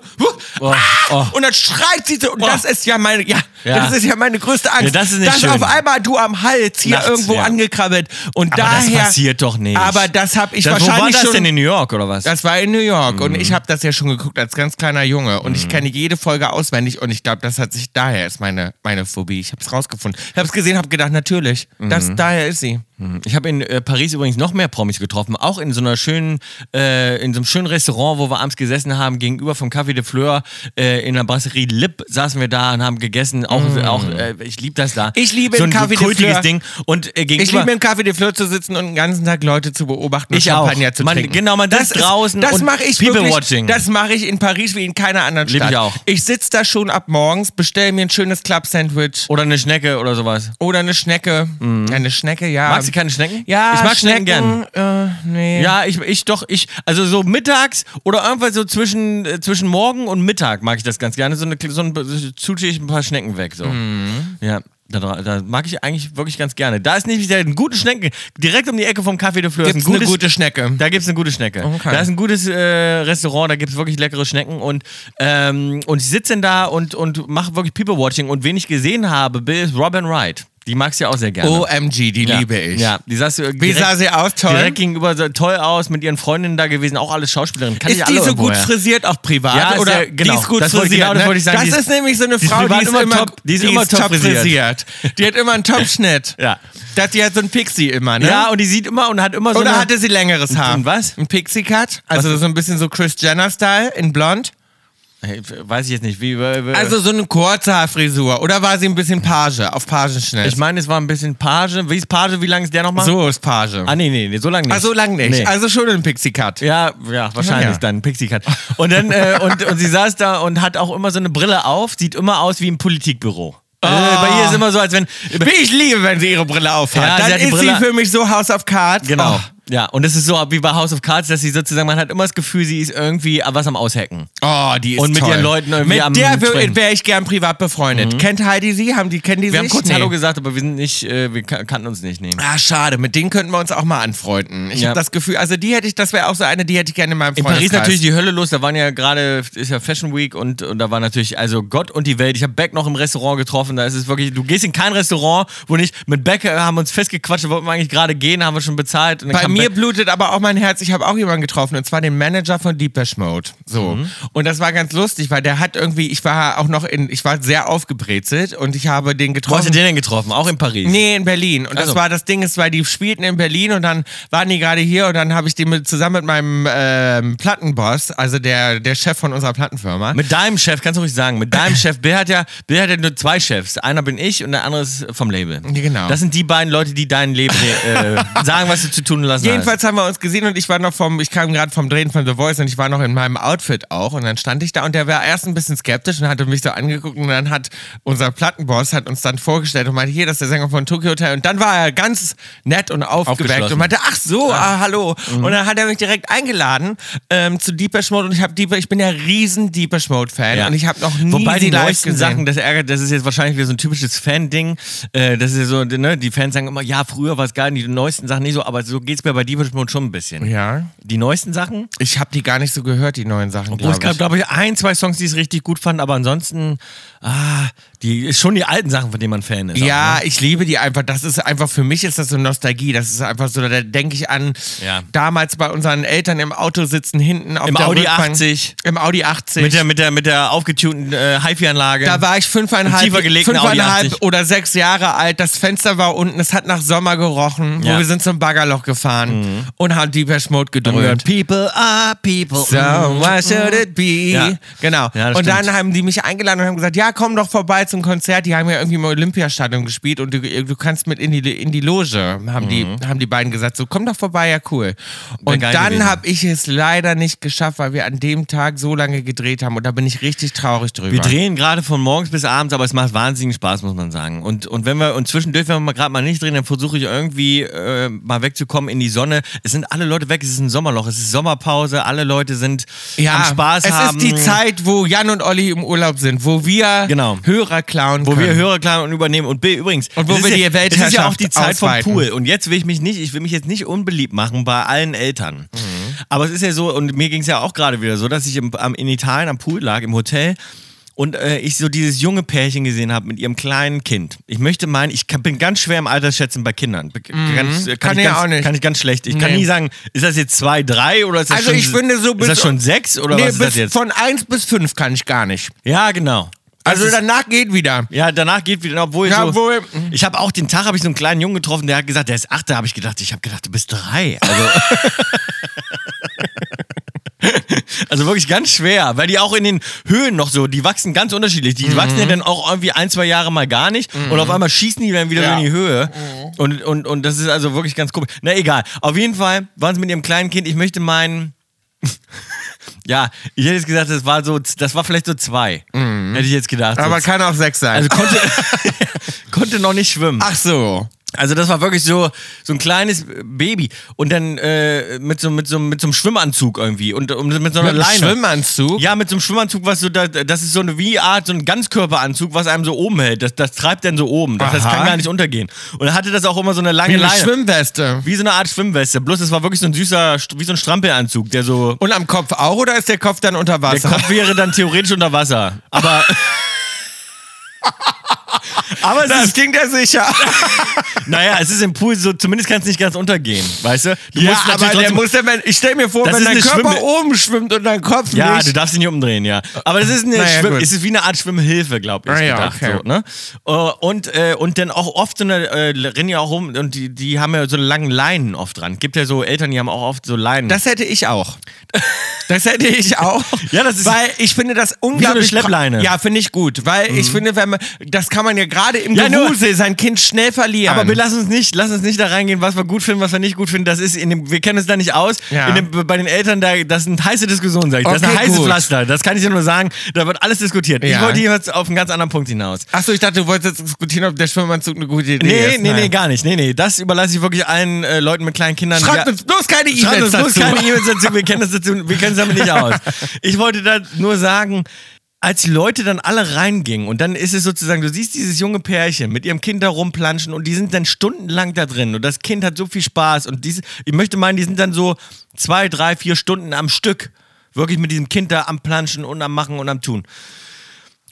huh, ah!
oh.
und dann schreit sie so. Und das ist ja meine, ja,
Ja.
das ist ja meine größte Angst.
Ja, das ist nicht
dass
schön.
auf einmal du am Hals hier
Nachts,
irgendwo
ja.
angekrabbelt und
Aber das
daher.
passiert doch nicht.
Aber das habe ich
Das, wo
wahrscheinlich
war das
schon.
denn in Mhm. New York oder was?
das war in New York und ich habe das ja schon geguckt als ganz kleiner Junge und
Mhm.
ich kenne jede Folge auswendig und ich glaube, das hat sich daher ist meine meine Phobie. Ich habe es rausgefunden. Ich habe es gesehen, habe gedacht, natürlich, das
Mhm.
daher ist sie.
Ich habe in äh, Paris übrigens noch mehr Promis getroffen, auch in so einer schönen, äh, in so einem schönen Restaurant, wo wir abends gesessen haben, gegenüber vom Café de Fleur äh, in der Brasserie Lip saßen wir da und haben gegessen. Auch, auch äh, ich liebe das da.
Mhm. Ich liebe
so ein
im Café de
kultiges
Fleur.
Ding. Und äh, gegenüber
Ich liebe im Café de Fleur zu sitzen und den ganzen Tag Leute zu beobachten und
Ich auch.
Champagner zu
Man-
trinken.
genau, man sitzt
ist-
draußen
Das
und
mache ich
people
wirklich.
watching.
Das mache ich in Paris wie in keiner anderen
Lieb
Stadt.
ich auch.
Ich sitze da schon ab morgens, bestelle mir ein schönes Club-Sandwich
oder eine Schnecke oder sowas.
oder eine Schnecke. Eine Schnecke, ja.
Mhm. Magst du keine Schnecken?
Ähm, ja,
ich mag Schnecken, gern.
gern. Äh, nee.
Ja, ich, ich doch, ich, also so mittags oder irgendwann so zwischen, äh, zwischen Morgen und Mittag mag ich das ganz gerne. So eine, so ein, so zutsche ich ein paar Schnecken weg, so.
Mhm.
Ja. Da, da mag ich eigentlich wirklich ganz gerne. Da ist nämlich der ein gute Schnecken direkt um die Ecke vom Café de Fleur.
Gibt's
ist ein
eine gute Schnecke.
da gibt es eine gute Schnecke.
Okay.
Da ist ein gutes äh, Restaurant, da gibt es wirklich leckere Schnecken und, ähm, und ich sitze denn da und, und mache wirklich People-Watching und wen ich gesehen habe, Bill ist Robin Wright. Die magst du ja auch sehr gerne.
OMG, die
Ja.
Oh, liebe ich.
Ja, die saß, äh,
Wie
direkt-
sah sie aus? Toll.
Direkt gegenüber so toll aus, mit ihren Freundinnen da gewesen, auch alles Schauspielerinnen. Kann ich
Ist
alle
die so
irgendwo
gut
her.
frisiert auch privat?
Ja, ist
oder
ja- genau.
die ist gut
Das wollte-
frisiert.
genau das
ne?
wollte ich sagen. Die
Das
ist-
ist nämlich so eine
die ist
Frau, die
privat
ist
immer
immer
top- die ist immer top frisiert.
Die hat immer einen Top-Schnitt.
Ja.
Das, die hat so ein Pixie immer, ne?
Ja, und die sieht immer und hat immer so
Oder
eine,
hatte sie längeres Haar?
ein was?
Ein Pixie-Cut? Also so ein bisschen so Chris Jenner-Style in blond?
Hey, Weiß ich jetzt nicht, wie... wie wie-
Also so eine kurze Haarfrisur. Oder war sie ein bisschen Page, auf Pagenschnitt?
ich meine, es war ein bisschen Page. Wie ist Page, wie lang ist der nochmal?
so ist Page.
Ah, nee, nee, nee, so lang nicht.
Ach, so lang nicht.
Nee.
Also schon ein Pixie-Cut.
Ja, ja, wahrscheinlich
Ja, ja.
dann, Pixie Cut. Und dann, äh, und, und sie saß da und hat auch immer so eine Brille auf, sieht immer aus wie im Politikbüro.
Ah.
Äh, bei ihr ist immer so, als wenn.
Wie ich liebe, wenn sie ihre Brille aufhat.
Ja, sie
Dann
hat die
ist
Brille-
sie für mich so House of Cards.
Genau.
Oh.
Ja, und es ist so wie bei House of Cards, dass sie sozusagen, man hat immer das Gefühl, sie ist irgendwie was am Aushacken.
Oh, die ist
Und mit
toll.
ihren Leuten irgendwie
Mit
am
der
Sprechen.
wäre ich gern privat befreundet. Kennt Heidi sie? Haben die, kennen die
Wir
sich?
haben kurz
Nee.
Hallo gesagt, aber wir sind nicht, äh, wir kan- kannten uns nicht nehmen.
Ah, schade. Mit denen könnten wir uns auch mal anfreunden. Ich
Ja.
habe das Gefühl, also die hätte ich, das wäre auch so eine, die hätte ich gerne in meinem
In
Freundeskreis.
Paris natürlich die Hölle los, da waren ja gerade, ist ja Fashion Week und, und da war natürlich, also Gott und die Welt. Ich habe Beck noch im Restaurant getroffen, da ist es wirklich, du gehst in kein Restaurant, wo nicht, mit Beck äh, haben wir uns festgequatscht, da wollten wir eigentlich gerade gehen, haben wir schon bezahlt. Und dann
Bei
kam
mir
Beck-
blutet aber auch mein Herz. Ich habe auch jemanden getroffen und zwar den Manager von Deepesh Mode. So.
Mhm.
Und das war ganz lustig, weil der hat irgendwie, ich war auch noch in, ich war sehr aufgebrezelt und ich habe den
wo hast du
getroffen.
den denn getroffen? Auch in Paris?
Nee, in Berlin. Und das
Also.
war das Ding, ist, weil die spielten in Berlin und dann waren die gerade hier und dann habe ich die mit, zusammen mit meinem ähm, Plattenboss, also der, der Chef von unserer Plattenfirma.
Mit deinem Chef, kannst du ruhig sagen, mit deinem Chef. Bill hat, ja, Bill hat ja nur zwei Chefs. Einer bin ich und der andere ist vom Label.
Genau.
Das sind die beiden Leute, die dein Leben [laughs] äh, sagen, was du zu tun lassen
Jedenfalls haben wir uns gesehen und ich war noch vom, ich kam gerade vom Drehen von The Voice und ich war noch in meinem Outfit auch und dann stand ich da und der war erst ein bisschen skeptisch und hatte mich so angeguckt und dann hat unser Plattenboss hat uns dann vorgestellt und meinte, hier, das ist der Sänger von Tokyo Hotel und dann war er ganz nett und aufgeweckt
Aufgeschlossen. Mhm.
und meinte, ach so, ah, hallo und dann hat er mich direkt eingeladen ähm, zu Deepesh Mode und ich habe Deepesh, ich bin ja riesen Deepesh Mode Fan
hast.
und ich habe noch nie
Wobei
sie
die
live
neuesten
gesehen.
Sachen, das ärgert, das ist jetzt wahrscheinlich wieder so ein typisches Fan-Ding. Äh, das ist ja so, ne, die Fans sagen immer, ja, früher war es geil, die neuesten Sachen nicht so, aber so geht's mir bei Diebelschmund schon ein bisschen.
Ja.
Die neuesten Sachen?
Ich habe die gar nicht so gehört, die neuen Sachen,
Obwohl es
glaube
gab,
ich.
glaube ich, ein, zwei Songs, die es richtig gut fand, aber ansonsten, ah, die schon die alten Sachen, von denen man Fan ist. ne?
Ja, ich liebe die einfach. Das ist einfach, für mich ist das so Nostalgie. Das ist einfach so, da denke ich an
Ja.
damals bei unseren Eltern im Auto sitzen, hinten auf
Im
der
Audi
Rückbank.
80.
Im Audi 80.
Mit der, mit der, mit der aufgetunten äh, HiFi-Anlage.
da war ich fünfeinhalb,
Tiefer gelegten Audi
fünfeinhalb
80.
oder sechs Jahre alt. Das Fenster war unten, es hat nach Sommer gerochen.
Ja. Mhm.
Wo wir sind zum Baggerloch gefahren und haben Deepesh Mode gedrückt.
People are people.
So, why should it be?
mm, Ja.
Genau.
Ja, das
und dann
stimmt.
haben die mich eingeladen und haben gesagt, ja, komm doch vorbei zum Konzert. Die haben ja irgendwie im Olympiastadion gespielt und du, du kannst mit in die, in die Loge, haben, die, haben die beiden gesagt. So, komm doch vorbei, ja, cool. Und
Mhm. geil
dann
gewesen.
habe ich es leider nicht geschafft, weil wir an dem Tag so lange gedreht haben. Und da bin ich richtig traurig drüber.
Wir drehen gerade von morgens bis abends, aber es macht wahnsinnigen Spaß, muss man sagen. Und, und wenn wir und zwischendurch, wenn wir mal gerade mal nicht drehen, dann versuche ich irgendwie äh, mal wegzukommen in die Sonne. Es sind alle Leute weg, es ist ein Sommerloch, es ist Sommerpause, alle Leute sind am Spaß
es
haben.
ist die Zeit, wo Jan und Olli im Urlaub sind, wo wir
Genau.
Hörer klauen
Wo
können.
wir Hörer klar und übernehmen. Und Bill, übrigens,
Und wo
es ist
wir die
ja, es ist ja auch
Weltherrschaft
die Zeit
ausweiten.
vom Pool. Und jetzt will ich mich nicht, ich will mich jetzt nicht unbeliebt machen bei allen Eltern.
Mhm.
Aber es ist ja so, und mir ging es ja auch gerade wieder so, dass ich im, am, in Italien am Pool lag, im Hotel. Und äh, ich so dieses junge Pärchen gesehen habe mit ihrem kleinen Kind. Ich möchte meinen, ich kann, bin ganz schwer im Altersschätzen bei Kindern. Be- Ganz, äh,
Mhm. Kann
kann ich
ja
ganz,
auch nicht.
Kann ich ganz schlecht. Ich kann
Nee.
nie sagen, ist das jetzt zwei, drei oder ist das
Also
schon
ich finde so
ist
bis-
das schon sechs oder
nee,
was ist
bis
das jetzt?
Von 1 bis 5 kann ich gar nicht.
Ja, genau. Das
Also
ist-
danach geht wieder.
Ja, danach geht wieder, obwohl
Ja,
so,
obwohl-
ich habe auch den Tag habe ich so einen kleinen Jungen getroffen, der hat gesagt, der ist acht, da habe ich gedacht, ich habe gedacht, du bist drei. Also, [laughs] also wirklich ganz schwer, weil die auch in den Höhen noch so, die wachsen ganz unterschiedlich.
Mhm.
Die wachsen ja dann auch irgendwie ein, zwei Jahre mal gar nicht und auf einmal schießen die dann wieder
Ja. Mhm.
so in die Höhe. Und, und, und das ist also wirklich ganz komisch. Na egal, auf jeden Fall waren sie mit ihrem kleinen Kind, ich möchte meinen... [laughs] Ja, ich hätte jetzt gesagt, das war so, das war vielleicht so zwei. Hätte ich jetzt gedacht.
Mhm. Aber
so
kann auch 6 sein.
also konnte, konnte noch nicht schwimmen.
Ach so.
Also das war wirklich so, so ein kleines Baby. Und dann äh, mit, so, mit, so, mit so einem Schwimmanzug irgendwie. Und, und mit so einer
Mit einem
Leine.
Schwimmanzug.
Ja, mit so einem Schwimmanzug, was so da, das ist so eine wie Art, so ein Ganzkörperanzug, was einem so oben hält. Das, das treibt dann so oben. Das, das
Aha.
kann gar nicht untergehen. Und dann hatte das auch immer so eine lange
Wie eine
Leine.
Schwimmweste.
wie so eine Art Schwimmweste. Bloß es war wirklich so ein süßer, wie so ein Strampelanzug, der so.
Und am Kopf auch oder ist der Kopf dann unter
Der
Wasser?
Kopf wäre dann theoretisch unter Wasser. Aber.
[laughs]
Aber es ist
das ging ja sicher.
Naja, es ist im Pool so, zumindest kann es nicht ganz untergehen, weißt du? du
Ja,
musst natürlich
aber der
trotzdem-
muss ja, wenn, ich stell mir vor,
Das
wenn
ist
dein
eine
Körper
Schwimme-
oben schwimmt und dein Kopf
ja, du
nicht.
darfst ihn nicht umdrehen, ja. Aber das ist, eine
Naja,
Schwimm
gut.
es ist wie eine Art Schwimmhilfe, glaube ich,
Ah ja,
gedacht.
okay.
So, ne? Äh, und, äh, und dann auch oft so eine, äh, rennen ja auch rum und die, die haben ja so lange Leinen oft dran. Gibt ja so Eltern, die haben auch oft so Leinen.
Das hätte ich
[laughs]
auch. Das hätte ich auch.
Ja, das ist-
weil ich finde das unglaublich.
Schleppleine. Mhm.
Ja, finde ich gut, weil ich finde, wenn man das kann man ja gerade im
Ja, nur-
Gewusel sein Kind schnell verlieren.
aber wir lassen uns nicht, lass uns nicht da reingehen, was wir gut finden, was wir nicht gut finden. Das ist in dem, wir kennen uns da nicht aus.
Ja.
In dem, bei den Eltern, da, das sind heiße Diskussionen, sag ich. Das ist
Okay,
ein heißes
gut.
Pflaster. Das kann ich dir nur sagen. Da wird alles diskutiert. Ich
Ja.
wollte hier jetzt auf einen ganz anderen Punkt hinaus.
Achso, ich dachte, du wolltest jetzt diskutieren, ob der Schwimmanzug eine gute Idee
Nee,
ist.
nee,
Nein.
nee, gar nicht. Nee, nee. Das überlasse ich wirklich allen äh, Leuten mit kleinen Kindern.
Schreibt
Ja,
uns bloß keine
schreibt
E-Mails
uns bloß
dazu.
keine E-Mails dazu. Wir kennen das dazu, wir kennen es damit nicht aus. Ich wollte da nur sagen, als die Leute dann alle reingingen und dann ist es sozusagen, du siehst dieses junge Pärchen mit ihrem Kind da rumplanschen und die sind dann stundenlang da drin und das Kind hat so viel Spaß und diese, ich möchte meinen, die sind dann so zwei, drei, vier Stunden am Stück wirklich mit diesem Kind da am Planschen und am Machen und am Tun.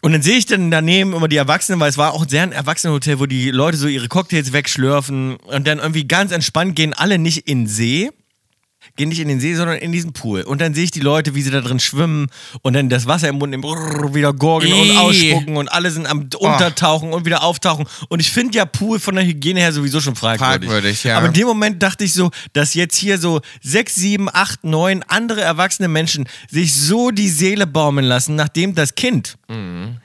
Und dann sehe ich dann daneben immer die Erwachsenen, weil es war auch sehr ein Erwachsenenhotel, wo die Leute so ihre Cocktails wegschlürfen und dann irgendwie ganz entspannt gehen alle nicht in den See, gehen nicht in den See, sondern in diesen Pool. Und dann sehe ich die Leute, wie sie da drin schwimmen und dann das Wasser im Mund im Brrrr wieder gorgeln und
Ih. Ah.
ausspucken und alle sind am Untertauchen und wieder auftauchen. Und ich finde ja Pool von der Hygiene her sowieso schon fragwürdig.
Fragwürdig, ja.
Aber in dem Moment dachte ich so, dass jetzt hier so sechs, sieben, acht, neun andere erwachsene Menschen sich so die Seele baumeln lassen, nachdem das Kind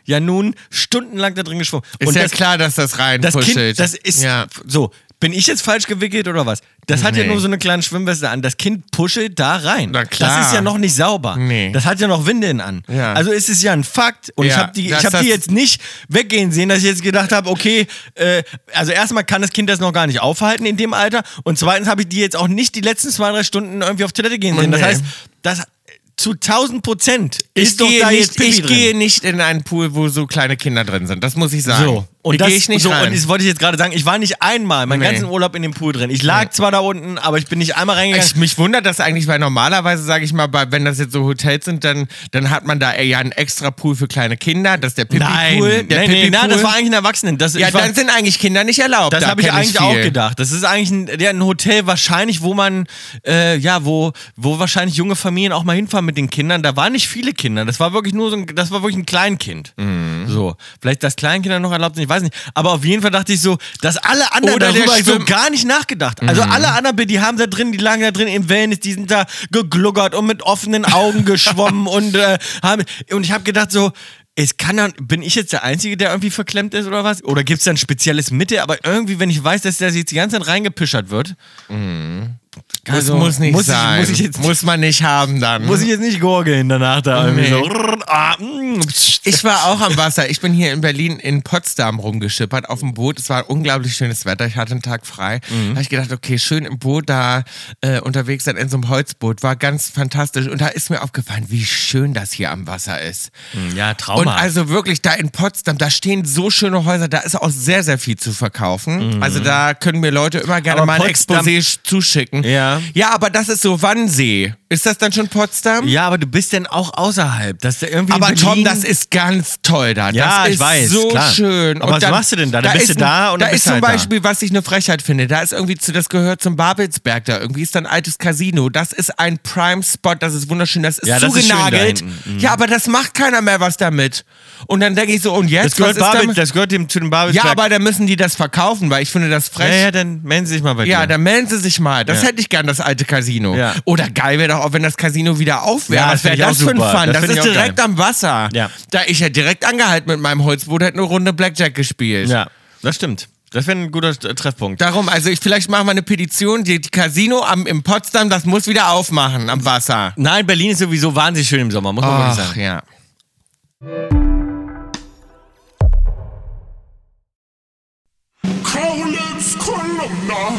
ja nun stundenlang da drin geschwommen
Mhm. Ist
und
ja
das,
klar, dass das rein
das
puschelt.
Kind, das ist
Ja.
so. Bin ich jetzt falsch gewickelt oder was? Das hat ja
Nee.
nur so eine kleine Schwimmweste an. Das Kind puschelt da rein.
Na klar.
Das ist ja noch nicht sauber.
Nee.
Das hat ja noch Windeln an.
Ja.
Also ist es ja ein Fakt. Und ich
Ja,
habe die, ich
dass
hab
das-
die jetzt nicht weggehen sehen, dass ich jetzt gedacht habe, okay, äh, also erstmal kann das Kind das noch gar nicht aufhalten in dem Alter. Und zweitens habe ich die jetzt auch nicht die letzten zwei, drei Stunden irgendwie auf Toilette gehen sehen. Das
Nee.
heißt, das zu 1000 Prozent
Ich,
ist doch
gehe
da
nicht,
jetzt Pipi
ich
drin.
gehe nicht in einen Pool, wo so kleine Kinder drin sind. Das muss ich sagen.
So. Und
Da
das,
geh ich nicht
so,
rein.
Und das wollte ich jetzt gerade sagen. Ich war nicht einmal meinen
Nee.
ganzen Urlaub in dem Pool drin. Ich lag zwar da unten, aber ich bin nicht einmal reingegangen.
Ich, mich wundert das eigentlich, weil normalerweise, sage ich mal, bei, wenn das jetzt so Hotels sind, dann, dann hat man da eher ja einen extra Pool für kleine Kinder, das ist der Pipi-Pool. Der
nein, nein,
Pipi-Pool.
nein, das war eigentlich ein Erwachsenen. Das,
ja,
ich war,
dann sind eigentlich Kinder nicht erlaubt.
Das
Da
habe ich
kenn
eigentlich auch
viel.
gedacht. Das ist eigentlich ein, ja, ein Hotel wahrscheinlich, wo man, äh, ja, wo, wo wahrscheinlich junge Familien auch mal hinfahren mit den Kindern. Da waren nicht viele Kinder. Das war wirklich nur so ein, das war wirklich ein Kleinkind.
Mhm.
So. Vielleicht, dass Kleinkinder noch erlaubt sind, ich weiß nicht. Aber auf jeden Fall dachte ich so, dass alle anderen
Oder der
darüber so
Schwimm-
gar nicht nachgedacht. Also
Mhm.
alle anderen, die haben da drin, die lagen da drin im Wellness, die sind da gegluckert und mit offenen
[laughs]
Augen geschwommen und äh, haben, und ich habe gedacht so, es kann dann, bin ich jetzt der Einzige, der irgendwie verklemmt ist oder was? Oder gibt es da ein spezielles Mittel? Aber irgendwie, wenn ich weiß, dass der jetzt die ganze Zeit reingepischert
Mhm.
wird,
Das
Also,
muss nicht
muss ich-
sein.
muss ich jetzt-
muss man nicht haben dann.
muss ich jetzt nicht gurgeln danach da irgendwie
Nee.
so. Ah, mm, pst.
Ich war auch am Wasser. Ich bin hier in Berlin in Potsdam rumgeschippert auf dem Boot. Es war unglaublich schönes Wetter. Ich hatte einen Tag frei.
Mhm.
Da habe ich gedacht, okay, schön im Boot da äh, unterwegs sein in so einem Holzboot. War ganz fantastisch. Und da ist mir aufgefallen, wie schön das hier am Wasser ist.
Ja, Trauma.
Und also wirklich da in Potsdam, da stehen so schöne Häuser, da ist auch sehr, sehr viel zu verkaufen. Also da können mir Leute immer gerne
Mhm. Aber
mal ein
Potsdam-
Exposé sch- zuschicken.
Ja.
ja, aber das ist so Wannsee. Ist das dann schon Potsdam?
ja, aber du bist denn auch außerhalb. Dass der irgendwie in
Aber Tom,
Berlin-
das ist ganz toll da.
Ja,
das
ich
ist
weiß,
so
klar.
schön.
Aber was machst du denn da? Dann bist
ist
du da
ein-
und
da
dann
ist
bist du
zum
halt da.
Beispiel, was ich eine Frechheit finde. Da ist irgendwie zu, das gehört zum Babelsberg da. Irgendwie ist da ein altes Casino. Das ist ein Prime Spot. Das ist wunderschön. Das ist
Ja, das ist schön da
zugenagelt.
hinten. Mhm.
ja, aber das macht keiner mehr was damit. Und dann denke ich so, und jetzt
Das gehört,
was ist
Babel,
damit?
das gehört dem, zu dem
Ja,
Babelsberg.
aber dann müssen die das verkaufen, weil ich finde das
Ja,
frech.
ja, dann melden Sie sich mal bei dir.
Ja, dann melden sie sich mal. Das
Ja.
hätte ich gern, das alte Casino.
Ja.
Oder geil wäre doch auch, wenn das Casino wieder auf wäre.
Ja, das
Was wäre
find ich
das
auch
für ein
super.
Fun?
Das
Das,
find ich
ist
auch
direkt
geil.
am Wasser.
Ja.
Da ich ja direkt angehalten mit meinem Holzboot, hätte eine Runde Blackjack gespielt.
Ja, das stimmt. Das wäre ein guter äh, Treffpunkt.
Darum, also ich, vielleicht machen wir eine Petition, die, die Casino am, in Potsdam, das muss wieder aufmachen am Wasser.
Nein, Berlin ist sowieso wahnsinnig schön im Sommer, Oh, muss man wirklich
Ach,
sagen.
ja.
Kaulitz Kolumna.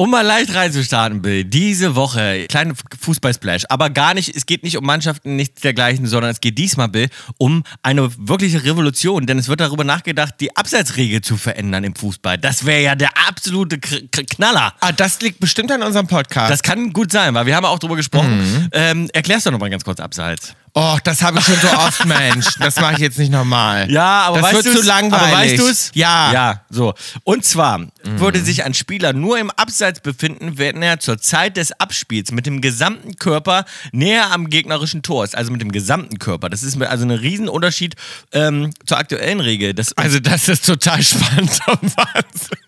Um mal leicht reinzustarten, Bill, diese Woche, kleine Fußball-Splash, aber gar nicht, es geht nicht um Mannschaften, nichts dergleichen, sondern es geht diesmal, Bill, um eine wirkliche Revolution, denn es wird darüber nachgedacht, die Abseitsregel zu verändern im Fußball. Das wäre ja der absolute K K Knaller.
Ah, das liegt bestimmt an unserem Podcast.
Das kann gut sein, weil wir haben auch drüber gesprochen. Ähm, erklär's doch nochmal ganz kurz abseits.
oh, das habe ich schon so oft, Mensch. Das mache ich jetzt nicht nochmal.
Ja, aber
das
weißt
wird
du's?
zu langweilig.
Aber weißt du's?
Ja.
Ja, Mhm. so. Und zwar würde sich ein Spieler nur im Abseits befinden, wenn er zur Zeit des Abspiels mit dem gesamten Körper näher am gegnerischen Tor ist. Also mit dem gesamten Körper. Das ist mir also ein Riesenunterschied ähm, zur aktuellen Regel. Das,
Also das ist total [laughs] spannend und Wahnsinn.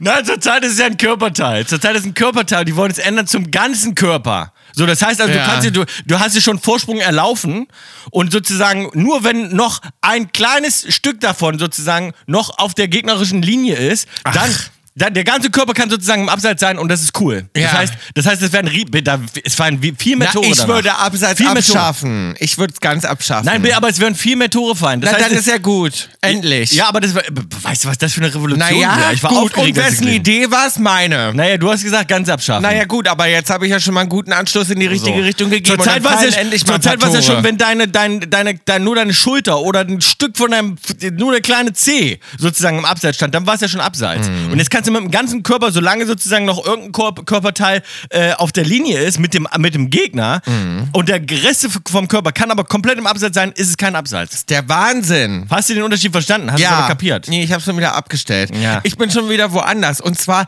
nein, zur Zeit ist es ja ein Körperteil. Zur Zeit ist es ein Körperteil. Die wollen es ändern zum ganzen Körper. So, das heißt also,
Ja.
du, kannst dir, du, du hast dir schon Vorsprung erlaufen und sozusagen nur wenn noch ein kleines Stück davon sozusagen noch auf der gegnerischen Linie ist, dann, dann der ganze Körper kann sozusagen im Abseits sein und das ist cool. Das
Ja.
heißt, das heißt, es werden Rie- da, es fallen wie- viel mehr
Na,
Tore.
ich
danach.
würde abseits
Viel mehr Tore.
abschaffen. Ich würde es ganz abschaffen.
Nein, Bill, aber es werden viel mehr Tore fallen. Das
Na,
heißt,
dann
es-
ist ja gut. Endlich.
Ja, aber das war, weißt du, was das für eine Revolution
Naja,
wäre? Ich war
gut. Und
aufgeregt. als ich
wessen
gelesen habe.
Idee war es? Meine.
Naja, du hast gesagt, ganz abschaffen.
Naja, gut, aber jetzt habe ich ja schon mal einen guten Anschluss in die richtige Richtung gegeben. und
Zurzeit
dann
war es
fallen
ja,
endlich mal
zur
ein paar
Zeit war's ja
Tore.
schon, wenn deine, dein, deine, dein, nur deine Schulter oder ein Stück von deinem, nur der kleine C sozusagen im Abseits stand, dann war es ja schon abseits.
Mhm.
Und jetzt kannst du mit dem ganzen Körper, solange sozusagen noch irgendein Kor- Körperteil äh, auf der Linie ist mit dem, mit dem Gegner
Mhm.
und der Rest vom Körper kann aber komplett im Abseits sein, ist es kein Abseits.
Der Wahnsinn.
Hast du den Unterschied verstanden? Hast du es aber kapiert?
Nee, ich habe schon wieder abgestellt.
Ja.
Ich bin schon wieder woanders. Und zwar,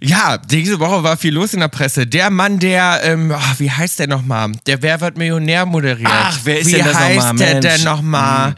ja, diese Woche war viel los in der Presse. Der Mann, der, ähm, ah, wie heißt der nochmal? Der Wer wird Millionär moderiert.
Ach, wer ist
wie
denn das noch mal?
Wie heißt der
Mensch. Hm.
denn nochmal?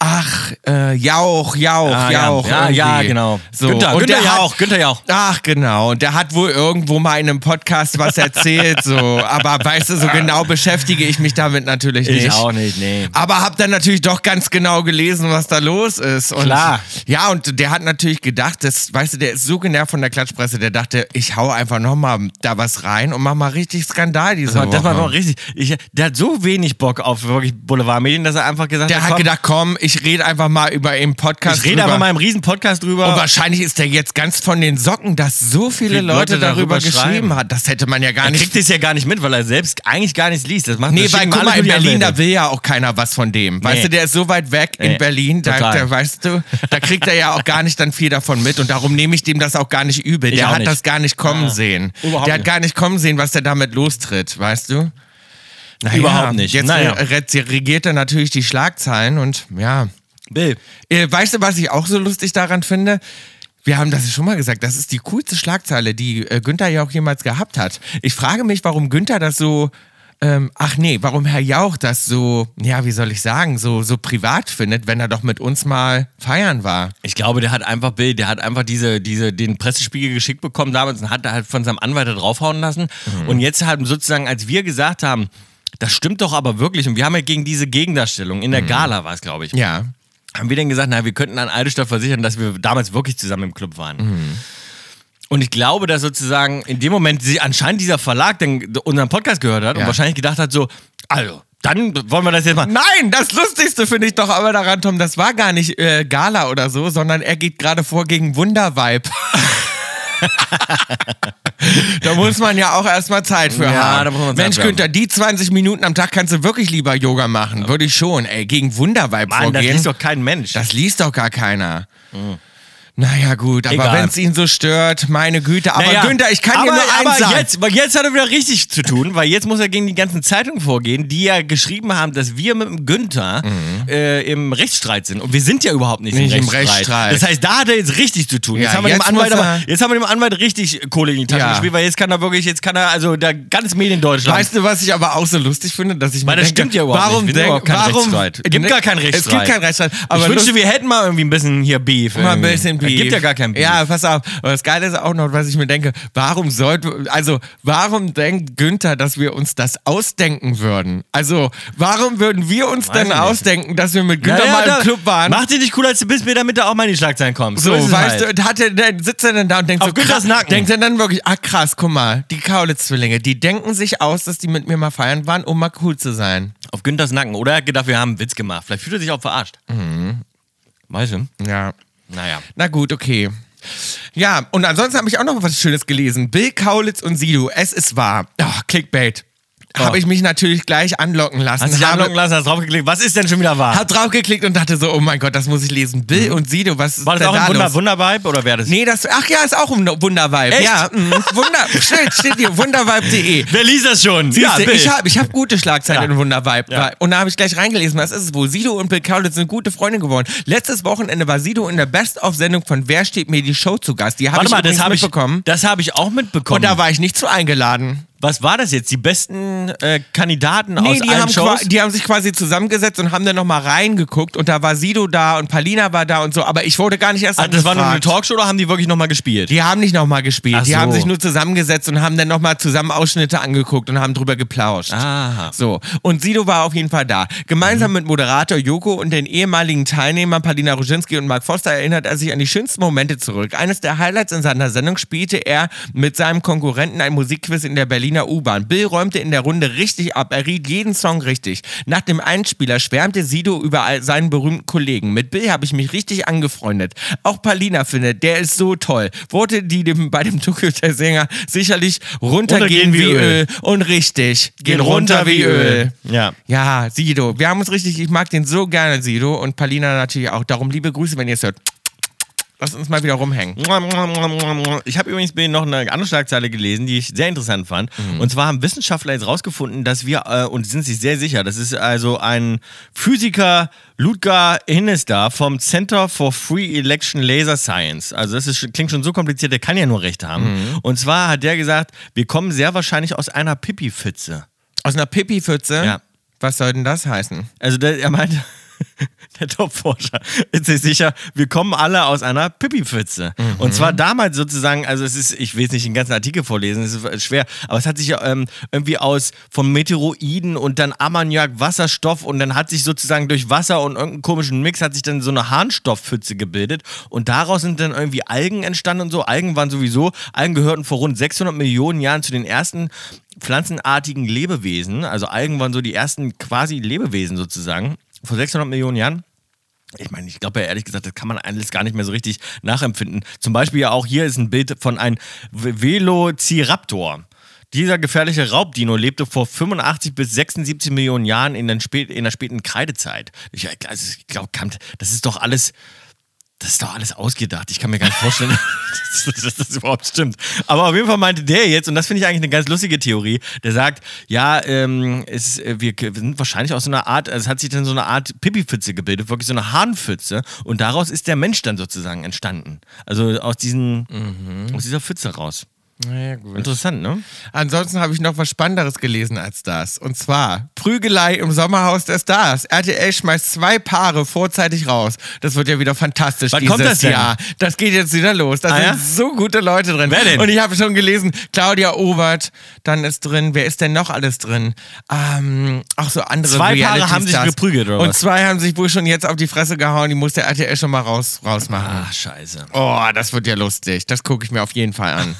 Ach, äh, Jauch, Jauch,
Ah, ja.
Jauch.
Ja, ja,
irgendwie.
genau.
So.
Günther,
Und
Günther
der
Jauch,
Hat,
Günther Jauch.
Ach, genau. Und der hat wohl irgendwo mal in einem Podcast was erzählt. so. Aber weißt
[laughs]
du, so genau beschäftige ich mich damit natürlich nicht.
nicht, nee.
Aber hab dann natürlich doch ganz genau gelesen, was da los ist. Und
Klar.
Ja, und der hat natürlich gedacht, das, weißt du, der ist so genervt von der Klatschpresse, der dachte, ich hau einfach nochmal da was rein und mach mal richtig Skandal diese
Das war,
Woche.
das war doch richtig. Ich, der hat so wenig Bock auf wirklich Boulevardmedien, dass er einfach gesagt
der
hat,
hat
komm,
gedacht, komm, ich ich rede einfach mal über im Podcast.
Ich rede
drüber.
aber mal im Riesen-Podcast
Und
drüber.
wahrscheinlich ist der jetzt ganz von den Socken, dass so viele
Wie
Leute,
Leute
darüber,
darüber
geschrieben
schreiben.
hat. Das hätte man ja gar
Er
nicht.
kriegt es ja gar nicht mit, weil er selbst eigentlich gar nichts liest. Das macht
Nee,
das
weil
schicken
guck
alle
mal, in
nur die
Berlin, da
Anwälte.
will ja auch keiner was von dem. Weißt
Nee.
du, der ist so weit weg in
Nee,
Berlin, da,
total.
da weißt du, da kriegt er ja auch gar nicht dann viel davon mit und darum nehme ich dem das auch gar nicht übel.
Ich
der
auch
hat
nicht.
das gar nicht kommen sehen.
Überhaupt
der hat
nicht.
gar nicht kommen sehen, was der damit lostritt, weißt du? Naja,
Überhaupt nicht.
Jetzt
Naja.
re- re- regiert er natürlich die Schlagzeilen und ja.
Bill.
Äh, Weißt du, was ich auch so lustig daran finde? Wir haben das schon mal gesagt, das ist die coolste Schlagzeile, die äh, Günther Jauch jemals gehabt hat. Ich frage mich, warum Günther das so, ähm, ach nee, warum Herr Jauch das so, ja, wie soll ich sagen, so, so privat findet, wenn er doch mit uns mal feiern war.
Ich glaube, der hat einfach Bill, der hat einfach diese, diese, den Pressespiegel geschickt bekommen damals und hat da halt von seinem Anwalt da draufhauen lassen.
Mhm.
Und jetzt halt sozusagen, als wir gesagt haben, das stimmt doch aber wirklich. Und wir haben ja gegen diese Gegendarstellung,
Mhm.
in der Gala war es, glaube ich,
Ja.
haben wir denn gesagt, na, wir könnten an Eidelstadt versichern, dass wir damals wirklich zusammen im Club waren. Und ich glaube, dass sozusagen in dem Moment sie anscheinend dieser Verlag dann unseren Podcast gehört hat
Ja.
und wahrscheinlich gedacht hat, so, also, dann wollen wir das jetzt machen.
Nein, das Lustigste finde ich doch aber daran, Tom, das war gar nicht äh, Gala oder so, sondern er geht gerade vor gegen Wundervibe. [laughs] da muss man ja auch erstmal Zeit für
Ja,
haben.
da muss man Zeit
Mensch,
für haben.
Günther, die 20 Minuten am Tag kannst du wirklich lieber Yoga machen. Würde ich schon, ey. Gegen Wundervibe
Mann, das
vorgehen.
ist doch kein Mensch.
das liest doch gar keiner. Naja, gut, aber
Egal.
wenn es ihn so stört, meine Güte. Aber
Naja,
Günther, ich kann
aber,
dir nur eins
aber
sagen.
Jetzt, weil jetzt hat er wieder richtig zu tun, weil jetzt muss er gegen die ganzen Zeitungen vorgehen, die ja geschrieben haben, dass wir mit dem Günther äh, im Rechtsstreit sind. Und wir sind ja überhaupt nicht,
Mhm. Nicht im
im, Rechtsstreit.
Rechtsstreit.
Das heißt, da hat er jetzt richtig zu tun.
Ja,
jetzt, haben wir
jetzt
dem Anwalt
muss er-
aber, jetzt haben wir dem Anwalt richtig Kohle in die Tasche
Ja.
gespielt, weil jetzt kann er wirklich, jetzt kann er, also der ganz Mediendeutschland.
Weißt du, was ich aber auch so lustig finde, dass ich
Weil
mir
das
denke,
stimmt ja überhaupt
warum
nicht. Wir sind
denk-
überhaupt kein
warum
Rechtsstreit. Es gibt gar keinen
Es gibt
Rechtsstreit.
keinen Rechtsstreit. Aber
ich wünschte,
lust-
wir hätten mal irgendwie ein bisschen hier Beef.
mal ein
irgendwie.
bisschen
Es
Beef.
gibt ja gar keinen Beef.
Ja, pass auf. Aber das Geile ist auch noch, was ich mir denke, warum sollte, also warum denkt Günther, dass wir uns das ausdenken würden? Also warum würden wir uns
Weiß
denn
ich nicht.
ausdenken, dass wir mit Günther
Naja,
mal
da-
im Club waren?
Mach dir nicht cool, als du bist, mir damit du auch mal in die Schlagzeilen kommst.
So,
ist es
weißt
halt.
du, hat er, dann sitzt er dann da und denkt
Auf
so,
Günthers
krass,
Nacken.
denkt er dann wirklich, ah krass, guck mal, die Kaulitz-Zwillinge, die denken sich aus, dass die mit mir mal feiern waren, um mal cool zu sein.
auf Günthers Nacken. Oder er hat gedacht, wir haben einen Witz gemacht. Vielleicht fühlt er sich auch verarscht.
Mhm.
Weißt du?
Ja.
Naja.
Na gut, okay. Ja, und ansonsten habe ich auch noch was Schönes gelesen. Bill Kaulitz und Sido, es ist wahr. Ach, Clickbait. Habe ich mich natürlich gleich anlocken lassen.
Oh. Hast dich
Habe-
anlocken lassen, hast draufgeklickt. Was ist denn schon wieder wahr?
Hab draufgeklickt und dachte so, oh mein Gott, das muss ich lesen. Bill und Sido, was ist
Mhm. War das
denn
auch
da
ein Wunder
los?
Wundervibe oder wer das?
Nee, das, ach ja, ist auch ein Wundervibe.
Echt?
Ja, mm,
[laughs]
Wunder, steht, steht hier, wundervibe.de.
Wer liest das schon?
Siehste,
Bill.
ich habe ich hab gute Schlagzeilen
Ja.
in Wundervibe.
Ja.
Und da habe ich gleich reingelesen, was ist es wohl? Sido und Bill Kaulitz sind gute Freunde geworden. Letztes Wochenende war Sido in der Best-of-Sendung von Wer steht mir die Show zu Gast. Die habe
Warte
ich
mal, das
übrigens
habe ich,
mitbekommen.
das hab ich auch mitbekommen.
Und da war ich nicht zu eingeladen.
Was war das jetzt? Die besten äh, Kandidaten aus
die
allen
haben, qua-
Shows?
die haben sich quasi zusammengesetzt und haben dann nochmal reingeguckt. Und da war Sido da und Palina war da und so. Aber ich wurde gar nicht erst
Ah, das war nur eine
angefragt.
Talkshow oder haben die wirklich nochmal gespielt?
Die haben nicht nochmal gespielt.
Ach
Die
so.
haben sich nur zusammengesetzt und haben dann nochmal zusammen Ausschnitte angeguckt und haben drüber geplauscht.
Aha. Mhm.
So. Und Sido war auf jeden Fall da. Gemeinsam mit Moderator Joko und den ehemaligen Teilnehmern Paulina Ruzinski und Mark Foster erinnert er sich an die schönsten Momente zurück. Eines der Highlights in seiner Sendung spielte er mit seinem Konkurrenten ein Musikquiz in der Berliner U-Bahn. Bill räumte in der Runde richtig ab. Er riet jeden Song richtig. Nach dem Einspieler schwärmte Sido über all seinen berühmten Kollegen. Mit Bill habe ich mich richtig angefreundet. Auch Paulina findet, der ist so toll. Wurde die dem, bei dem Tokyo-Sänger sicherlich runtergehen
Runtergehen
wie
wie
Öl. Und richtig. Gehen runter wie Öl.
Ja.
Ja, Sido. Wir haben uns richtig, ich mag den so gerne, Sido. Und Palina natürlich auch. Darum liebe Grüße, wenn ihr es hört. Lasst uns mal wieder rumhängen.
Ich habe übrigens Bill, noch eine andere Schlagzeile gelesen, die ich sehr interessant fand. Und zwar haben Wissenschaftler jetzt rausgefunden, dass wir, äh, und sind sich sehr sicher, das ist also ein Physiker Ludger Hinnesta vom Center for Free Election Laser Science. Also das ist, schon- klingt schon so kompliziert, der kann ja nur recht haben. Und zwar hat der gesagt, wir kommen sehr wahrscheinlich aus einer Pipi-Pfütze.
Aus einer Pipi-Pfütze.
Ja.
Was soll denn das heißen?
Also der, er meint, [laughs] der Top-Forscher ist sich sicher, wir kommen alle aus einer Pipi-Pfütze. Und zwar damals sozusagen, also es ist, ich will jetzt nicht den ganzen Artikel vorlesen, es ist schwer, aber es hat sich ja ähm, irgendwie aus von Meteoroiden und dann Ammoniak, Wasserstoff und dann hat sich sozusagen durch Wasser und irgendeinen komischen Mix hat sich dann so eine Harnstoffpfütze gebildet und daraus sind dann irgendwie Algen entstanden und so. Algen waren sowieso, Algen gehörten vor rund 600 Millionen Jahren zu den ersten pflanzenartigen Lebewesen. Also Algen waren so die ersten quasi Lebewesen sozusagen vor 600 Millionen Jahren. Ich meine, ich glaube ja ehrlich gesagt, das kann man alles gar nicht mehr so richtig nachempfinden. Zum Beispiel ja auch hier ist ein Bild von einem V- Velociraptor. Dieser gefährliche Raubdino lebte vor 85 bis 76 Millionen Jahren in, den spät, in der späten Kreidezeit. Ich, also, ich glaube, das ist doch alles, das ist doch alles ausgedacht. Ich kann mir gar nicht vorstellen, [laughs] dass, dass das überhaupt stimmt. Aber auf jeden Fall meinte der jetzt, und das finde ich eigentlich eine ganz lustige Theorie, der sagt, ja, ähm, es, äh, wir k- sind wahrscheinlich aus so einer Art, also es hat sich dann so eine Art Pipi-Pfütze gebildet, wirklich so eine Harnpfütze. Und daraus ist der Mensch dann sozusagen entstanden. Also aus, diesen,
Mhm.
aus dieser Pfütze raus.
Naja, gut.
Interessant, ne?
Ansonsten habe ich noch was Spannenderes gelesen als das. Und zwar Prügelei im Sommerhaus der Stars. RTL schmeißt zwei Paare vorzeitig raus. Das wird ja wieder fantastisch
Wann
dieses
kommt das denn?
Jahr. Das geht jetzt wieder los. Da
Ah,
sind
ja?
so gute Leute drin.
Wer denn?
Und ich habe schon gelesen, Claudia Obert, dann ist drin, wer ist denn noch alles drin? Ähm, auch so andere
Zwei Paare
Reality-Stars.
haben sich geprügelt, oder
Und
was?
zwei haben sich wohl schon jetzt auf die Fresse gehauen. Die muss der RTL schon mal raus, rausmachen.
Ach, scheiße.
Oh, das wird ja lustig. Das gucke ich mir auf jeden Fall
[laughs]
an.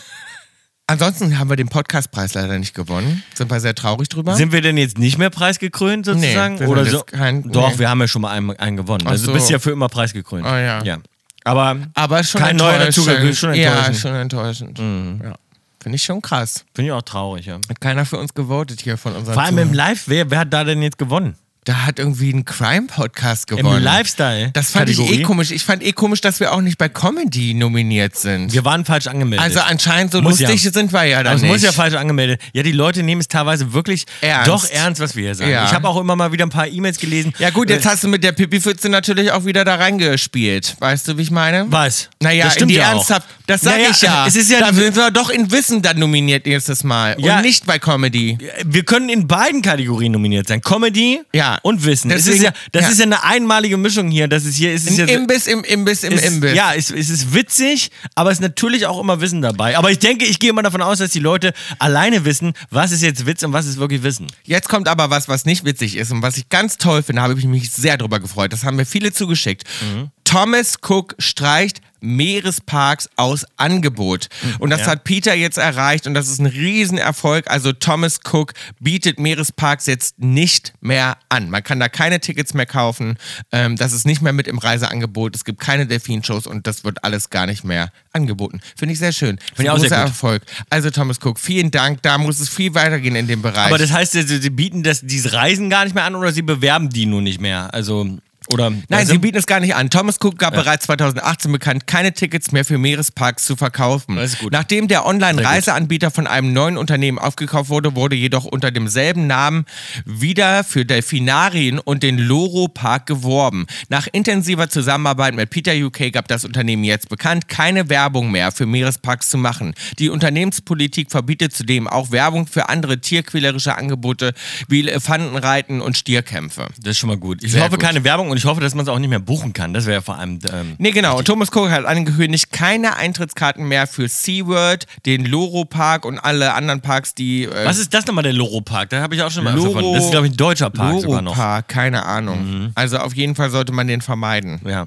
Ansonsten haben wir den Podcastpreis leider nicht gewonnen. Sind wir sehr traurig drüber.
Sind wir denn jetzt nicht mehr preisgekrönt sozusagen?
wir sind
Oder
jetzt
so?
kein-
Doch,
nee.
wir haben ja schon mal einen, einen gewonnen. also
so.
du bist ja für immer preisgekrönt.
Ah, ja. Ah.
Aber,
aber schon
kein neuer
enttäuschend.
dazu, schon
Ja,
enttäuschend. Mhm.
schon enttäuschend. Ja. Finde ich schon krass.
Finde ich auch traurig, ja.
Hat keiner für uns gewotet hier von unseren
Vor allem im
Zuhörern.
Live, wer, wer hat da denn jetzt gewonnen?
Da hat irgendwie ein Crime-Podcast
Im
gewonnen.
Lifestyle.
das fand ich
Kategorie?
eh komisch. Ich fand eh komisch, dass wir auch nicht bei Comedy nominiert sind.
Wir waren falsch angemeldet.
also anscheinend so
Muss ja.
lustig sind wir ja
Aber
dann
es
nicht.
muss ja falsch angemeldet. Ja, die Leute nehmen es teilweise wirklich
Ernst.
doch ernst, was wir hier sagen.
Ja.
Ich habe auch immer mal wieder ein paar E-Mails gelesen. Äh,
ja gut, jetzt hast du mit der Pipi-Pfütze natürlich auch wieder da reingespielt. Weißt du, wie ich meine?
Was?
Naja,
das stimmt
in die
ja auch.
ernsthaft. Das sage
Naja,
ich ja.
Es ist ja
da sind wir doch in Wissen dann nominiert nächstes Mal.
Ja.
Und nicht bei Comedy.
wir können in beiden Kategorien nominiert sein. Comedy
Ja.
und Wissen. es ist
Deswegen-
ja, das
ja.
ist ja eine einmalige Mischung hier. Das ist hier, es ist
Im
ja,
Imbiss, im Imbiss, im
also es,
Imbiss.
Ja, es, es ist witzig, aber es ist natürlich auch immer Wissen dabei. Aber ich denke, ich gehe immer davon aus, dass die Leute alleine wissen, was ist jetzt Witz und was ist wirklich Wissen.
Jetzt kommt aber was, was nicht witzig ist und was ich ganz toll finde, habe ich mich sehr drüber gefreut. Das haben mir viele zugeschickt.
Mhm.
Thomas Cook streicht Meeresparks aus Angebot. Und das
ja.
hat Peter jetzt erreicht und das ist ein Riesenerfolg. Also Thomas Cook bietet Meeresparks jetzt nicht mehr an. Man kann da keine Tickets mehr kaufen. Ähm, das ist nicht mehr mit im Reiseangebot. Es gibt keine Delfinshows und das wird alles gar nicht mehr angeboten. Finde ich sehr schön. Finde
ich auch sehr gut.
Erfolg. Also Thomas Cook, vielen Dank. Da muss es viel weitergehen in dem Bereich.
Aber das heißt, sie, sie bieten das, diese Reisen gar nicht mehr an oder sie bewerben die nur nicht mehr. Also, oder.
Nein,
also,
sie bieten es gar nicht an. Thomas Cook gab bereits 2018 bekannt, keine Tickets mehr für Meeresparks zu verkaufen.
Das ist gut.
Nachdem der Online-Reiseanbieter von einem neuen Unternehmen aufgekauft wurde, wurde jedoch unter demselben Namen wieder für Delfinarien und den Loro Park geworben. Nach intensiver Zusammenarbeit mit Peter UK gab das Unternehmen jetzt bekannt, keine Werbung mehr für Meeresparks zu machen. Die Unternehmenspolitik verbietet zudem auch Werbung für andere tierquälerische Angebote wie Elefantenreiten und Stierkämpfe.
das ist schon mal gut. Ich
Sehr
hoffe,
gut.
keine Werbung und ich hoffe, dass man es auch nicht mehr buchen kann. Das wäre ja vor allem. Ähm,
Nee, genau. Und Thomas Koch hat angekündigt, keine Eintrittskarten mehr für SeaWorld, den Loro Park und alle anderen Parks, die. Äh,
was ist das nochmal, der Loro-Park? Da habe ich auch schon mal öfter
Loro-
von. Das ist, glaube ich, ein deutscher Park
Loro
sogar noch. Mhm.
Park, keine Ahnung. Also auf jeden Fall sollte man den vermeiden.
Ja.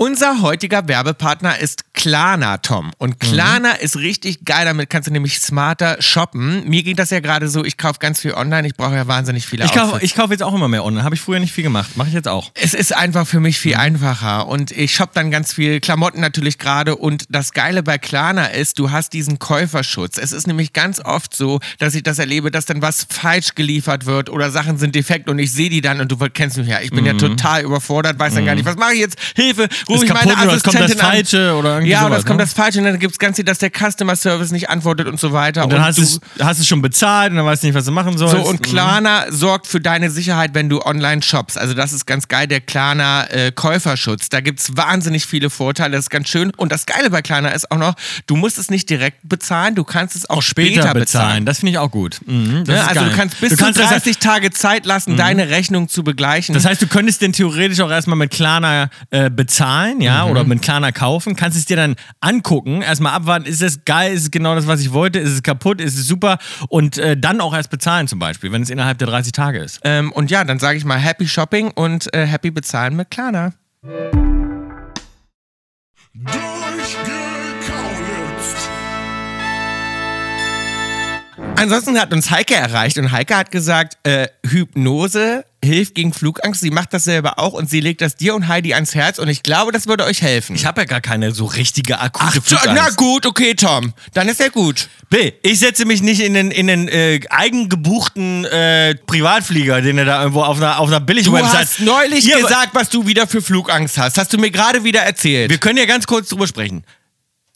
Unser heutiger Werbepartner ist Klarna, Tom.
Mhm.
Und Klarna ist richtig geil. Damit kannst du nämlich smarter shoppen. Mir geht das ja gerade so, ich kaufe ganz viel online. Ich brauche ja wahnsinnig viele
Ich
Outfits.
kaufe ich kauf jetzt auch immer mehr online. Habe ich früher nicht viel gemacht. Mache ich jetzt auch. Mhm.
es ist einfach für mich viel einfacher und ich shoppe dann ganz viel Klamotten natürlich gerade und das Geile bei Klarna ist, du hast diesen Käuferschutz. Es ist nämlich ganz oft so, dass ich das erlebe, dass dann was falsch geliefert wird oder Sachen sind defekt und ich sehe die dann und du kennst mich ja, ich bin ja
Mhm.
total überfordert, weiß dann gar nicht, was mache ich jetzt? Hilfe, rufe ich meine
kaputt oder es kommt das
Assistentin an.
Falsche oder irgendwie
Ja, oder
sowas,
es kommt
ne?
das Falsche und dann gibt es ganz viel, dass der Customer Service nicht antwortet und so weiter.
Und dann hast
du
du es, hast es schon bezahlt und dann weißt du nicht, was du machen sollst. Hm.
so, und Klarna sorgt für deine Sicherheit, wenn du online shoppst. Also das ist ganz geil, der Klarna äh, Käuferschutz. Da gibt's wahnsinnig viele Vorteile, das ist ganz schön. Und das Geile bei Klarna ist auch noch, du musst es nicht direkt bezahlen, du kannst es auch, später,
Später
bezahlen.
bezahlen. Das finde ich auch gut. Mhm, das
Ne?
ist
Also
geil.
du kannst bis
du kannst
zu
das- Mhm.
30 Tage Zeit lassen, deine Rechnung zu begleichen.
Das heißt, du könntest den theoretisch auch erstmal mit Klarna äh, bezahlen, ja, oder mit Klarna kaufen, kannst es dir dann angucken, erstmal abwarten, ist es geil, ist es genau das, was ich wollte, ist es kaputt, ist es super und äh, dann auch erst bezahlen zum Beispiel, wenn es innerhalb der 30 Tage ist.
ähm, und ja, dann sage ich mal Happy Shopping und äh, Happy Bezahlen mit Klarna.
Durchgekaulitzt.
Ansonsten hat uns Heike erreicht und Heike hat gesagt, äh, Hypnose hilft gegen Flugangst. Sie macht das selber auch und sie legt das dir und Heidi ans Herz und ich glaube, das würde euch helfen.
Ich habe ja gar keine so richtige akute
Ach, so, na
Flugangst.
gut, okay, Tom. Dann ist er gut.
Bill, ich setze mich nicht in den, in den äh, eigengebuchten äh, Privatflieger, den er da irgendwo auf einer, auf einer
Du
Billig-Website...
hast neulich
Ihr-
gesagt, was du wieder für Flugangst hast. Hast du mir gerade wieder erzählt.
Wir können ja ganz kurz drüber sprechen.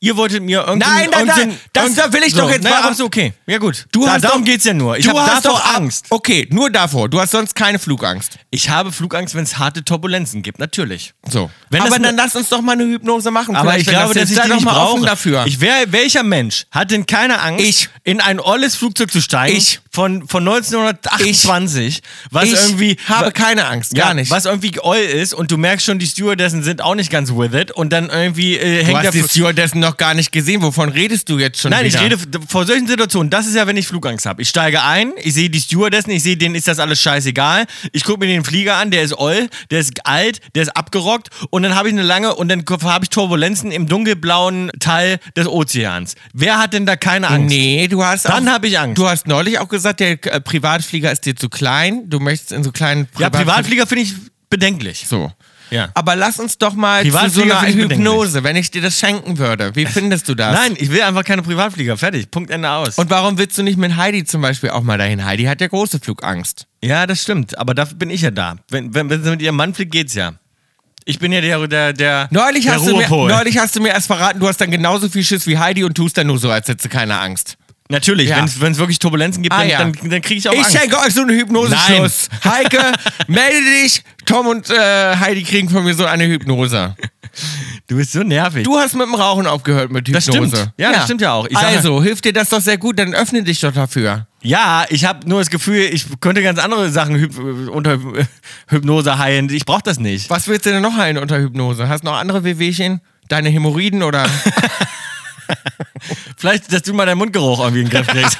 Ihr wolltet mir irgendwie...
Nein, nein, nein, das da will ich doch jetzt
mal...
mal-
Naja, so, okay. Ja gut.
Du
da,
hast
darum
doch-
geht's ja nur. Ich habe davor Angst.
Okay, nur davor. Du hast sonst keine Flugangst.
Ich habe Flugangst, wenn es harte Turbulenzen gibt, natürlich.
So.
Wenn das
aber
ne-
dann lass uns doch mal eine Hypnose machen.
Aber
Vielleicht,
ich
wenn
glaube,
das jetzt-
dass ich
sei
die
doch
nicht
mal
brauche.
offen dafür.
Ich wär, welcher Mensch hat denn keine Angst,
Ich.
in ein olles Flugzeug zu steigen
Ich.
von, von 1928, was
Ich
irgendwie...
habe
wa-
keine Angst,
ja,
gar nicht.
Was irgendwie oll ist und du merkst schon, die Stewardessen sind auch nicht ganz with it und dann irgendwie äh,
du
hängt der...
hast die Stewardessen noch gar nicht gesehen. Wovon redest du jetzt schon
Nein,
wieder?
ich rede f- vor solchen Situationen. Das ist ja, wenn ich Flugangst habe. Ich steige ein, ich sehe die Stewardessen, ich sehe, denen ist das alles scheißegal. Ich gucke mir den Flieger an, der ist oll, der ist alt, der ist abgerockt und dann habe ich eine lange und dann habe ich Turbulenzen im dunkelblauen Teil des Ozeans. Wer hat denn da keine Angst?
Nee, du hast
Dann
auch-
habe ich Angst.
Du hast neulich auch gesagt, der äh, Privatflieger ist dir zu klein. Du möchtest in so kleinen
ja, Privatflieger finde ich bedenklich.
So.
Ja.
Aber lass uns doch mal zu so
Privatflieger
einer
finde ich bedenklich.
Hypnose, wenn ich dir das schenken würde. Wie findest du das?
Nein, ich will einfach keine Privatflieger. Fertig. Punkt Ende aus.
Und warum willst du nicht mit Heidi zum Beispiel auch mal dahin? Heidi hat ja große Flugangst.
ja, das stimmt. Aber dafür bin ich ja da. Wenn, wenn, wenn sie mit ihrem Mann fliegt, geht's ja. Ich bin ja der, der, der,
Neulich
der
hast, du mir,
Ruhepol.
neulich hast du mir erst verraten, du hast dann genauso viel Schiss wie Heidi und tust dann nur so, als hättest du keine Angst.
Natürlich,
Ja.
wenn es wirklich Turbulenzen gibt,
Ah,
dann,
ja.
dann, dann kriege ich auch
ich
Angst.
schenke euch so eine Hypnose-Schluss.
[laughs]
Heike, melde dich. Tom und äh, Heidi kriegen von mir so eine Hypnose.
Du bist so nervig.
Du hast mit dem Rauchen aufgehört mit Hypnose.
Das stimmt. Ja, das stimmt ja auch. Ich sag
also, hilft dir das doch sehr gut, dann öffne dich doch dafür.
ja, ich habe nur das Gefühl, ich könnte ganz andere Sachen hyp äh, unter Hyp- Hypnose heilen. Ich brauche das nicht.
Was willst du denn noch heilen unter Hypnose? Hast noch andere Wehwehchen? Deine Hämorrhoiden
[laughs]
oder?
Vielleicht, dass du mal deinen Mundgeruch irgendwie in den
[laughs]
Griff kriegst.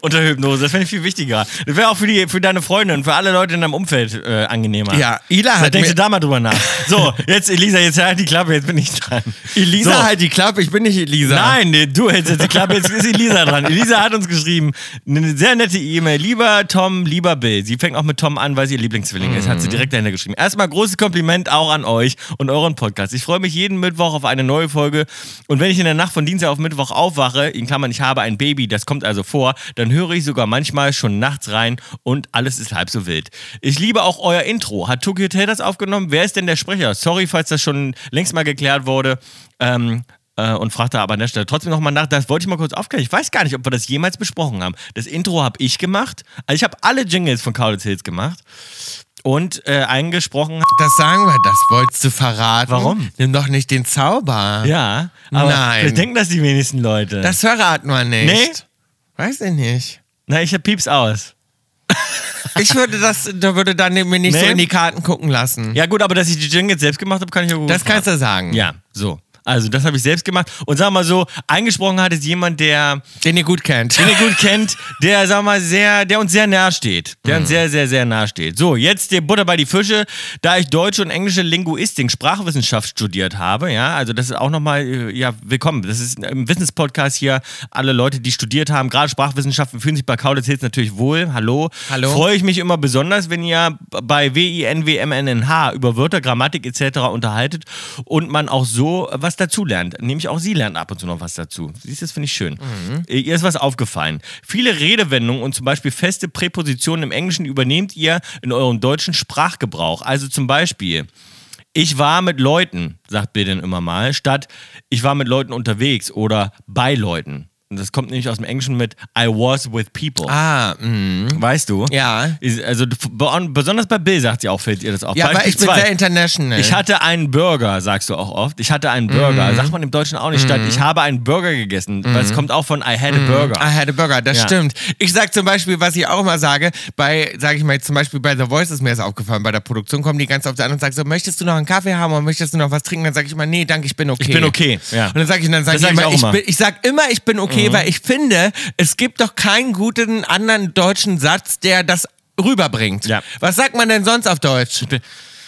unter Hypnose, das fände ich viel wichtiger. Das wäre auch für, die, für deine Freunde und für alle Leute in deinem Umfeld äh, angenehmer.
Ila
Vielleicht
hat
denkst du
mir,
da mal drüber nach. So, jetzt Elisa, jetzt halt die Klappe, jetzt bin ich dran.
Elisa
so.
halt die Klappe, ich bin nicht Elisa.
Nein, nee, du hältst jetzt die Klappe, jetzt ist Elisa dran. Elisa hat uns geschrieben, eine sehr nette E-Mail. Lieber Tom, lieber Bill. Sie fängt auch mit Tom an, weil sie ihr Lieblingszwilling ist, hat sie direkt dahinter geschrieben. Erstmal großes Kompliment auch an euch und euren Podcast. Ich freue mich jeden Mittwoch auf eine neue Folge und wenn ich in der Nacht von Dienstag auf Mittwoch aufwache, in Klammern, ich habe ein Baby, das kommt also vor, dann höre ich sogar manchmal schon nachts rein und alles ist halb so wild. Ich liebe auch euer Intro. Hat Tokyo Hotel das aufgenommen? Wer ist denn der Sprecher? Sorry, falls das schon längst mal geklärt wurde. Ähm, äh, und fragte aber an der Stelle trotzdem nochmal nach. Das wollte ich mal kurz aufklären. Ich weiß gar nicht, ob wir das jemals besprochen haben. Das Intro habe ich gemacht. Also ich habe alle Jingles von Cowlitz Hills gemacht und äh, eingesprochen.
Das sagen wir, das wolltest du verraten.
Warum?
Nimm doch nicht den Zauber.
Ja, aber
Nein.
vielleicht denken das die wenigsten Leute.
Das verraten wir nicht.
Nee?
Weiß ich nicht.
Na, ich hab Pieps aus.
Ich würde das, da würde dann mir nicht
Nee?
so in die Karten gucken lassen.
Ja gut, aber dass ich die Jingles selbst gemacht habe, kann ich ja gut
Das kannst du sagen.
Ja, so. Also das habe ich selbst gemacht. Und sag mal so, eingesprochen hat es jemand, der
Den ihr gut kennt.
den ihr gut kennt, der, sag mal, sehr, der uns sehr nahe steht. Der uns sehr, sehr, sehr nahe steht. So, jetzt die Butter bei die Fische. Da ich deutsche und englische Linguistik, Sprachwissenschaft studiert habe, ja, also das ist auch nochmal, äh, ja, willkommen. Das ist im Wissenspodcast hier. Alle Leute, die studiert haben, gerade Sprachwissenschaften, fühlen sich bei Kaulitz Hills natürlich wohl. Hallo.
Hallo.
Freue ich mich immer besonders, wenn ihr bei WINWMNNH über Wörter, Grammatik etc. unterhaltet und man auch so was dazulernt. Nämlich auch sie lernt ab und zu noch was dazu. Siehst du, das finde ich schön.
Mhm.
Äh, Ihr ist was aufgefallen. Viele Redewendungen und zum Beispiel feste Präpositionen im Englischen übernehmt ihr in eurem deutschen Sprachgebrauch. Also zum Beispiel. Ich war mit Leuten, sagt Bill dann immer mal, statt ich war mit Leuten unterwegs oder bei Leuten. Und das kommt nämlich aus dem Englischen mit I was with people.
Ah,
mm.
mh.
Weißt du?
Ja.
Ist- Also du- be- besonders bei Bill sagt sie auch, fällt ihr das auf.
Ja, aber ich bin
zwei.
sehr international.
ich hatte einen Burger, sagst du auch oft. Ich hatte einen
Mhm.
Burger. Sagt man im Deutschen auch nicht statt. Ich habe einen Burger gegessen. Weil es kommt auch von I
Mhm.
had a Burger.
I had a burger, das
Ja.
stimmt. Ich sag zum Beispiel, was ich auch immer sage, bei, sag ich mal, zum Beispiel bei The Voice ist mir das aufgefallen, bei der Produktion kommen die ganz oft an und sagen so, möchtest du noch einen Kaffee haben oder möchtest du noch was trinken? Dann sage ich immer, nee, danke, ich bin okay.
Ich bin okay, ja.
Und dann sage ich, und dann sag
Das
ich,
sag ich
immer,
auch
ich,
immer. Mhm.
Bin, ich sag immer, ich bin okay, weil ich finde, es gibt doch keinen guten anderen deutschen Satz, der das rüberbringt.
Ja.
Was sagt man denn sonst auf Deutsch?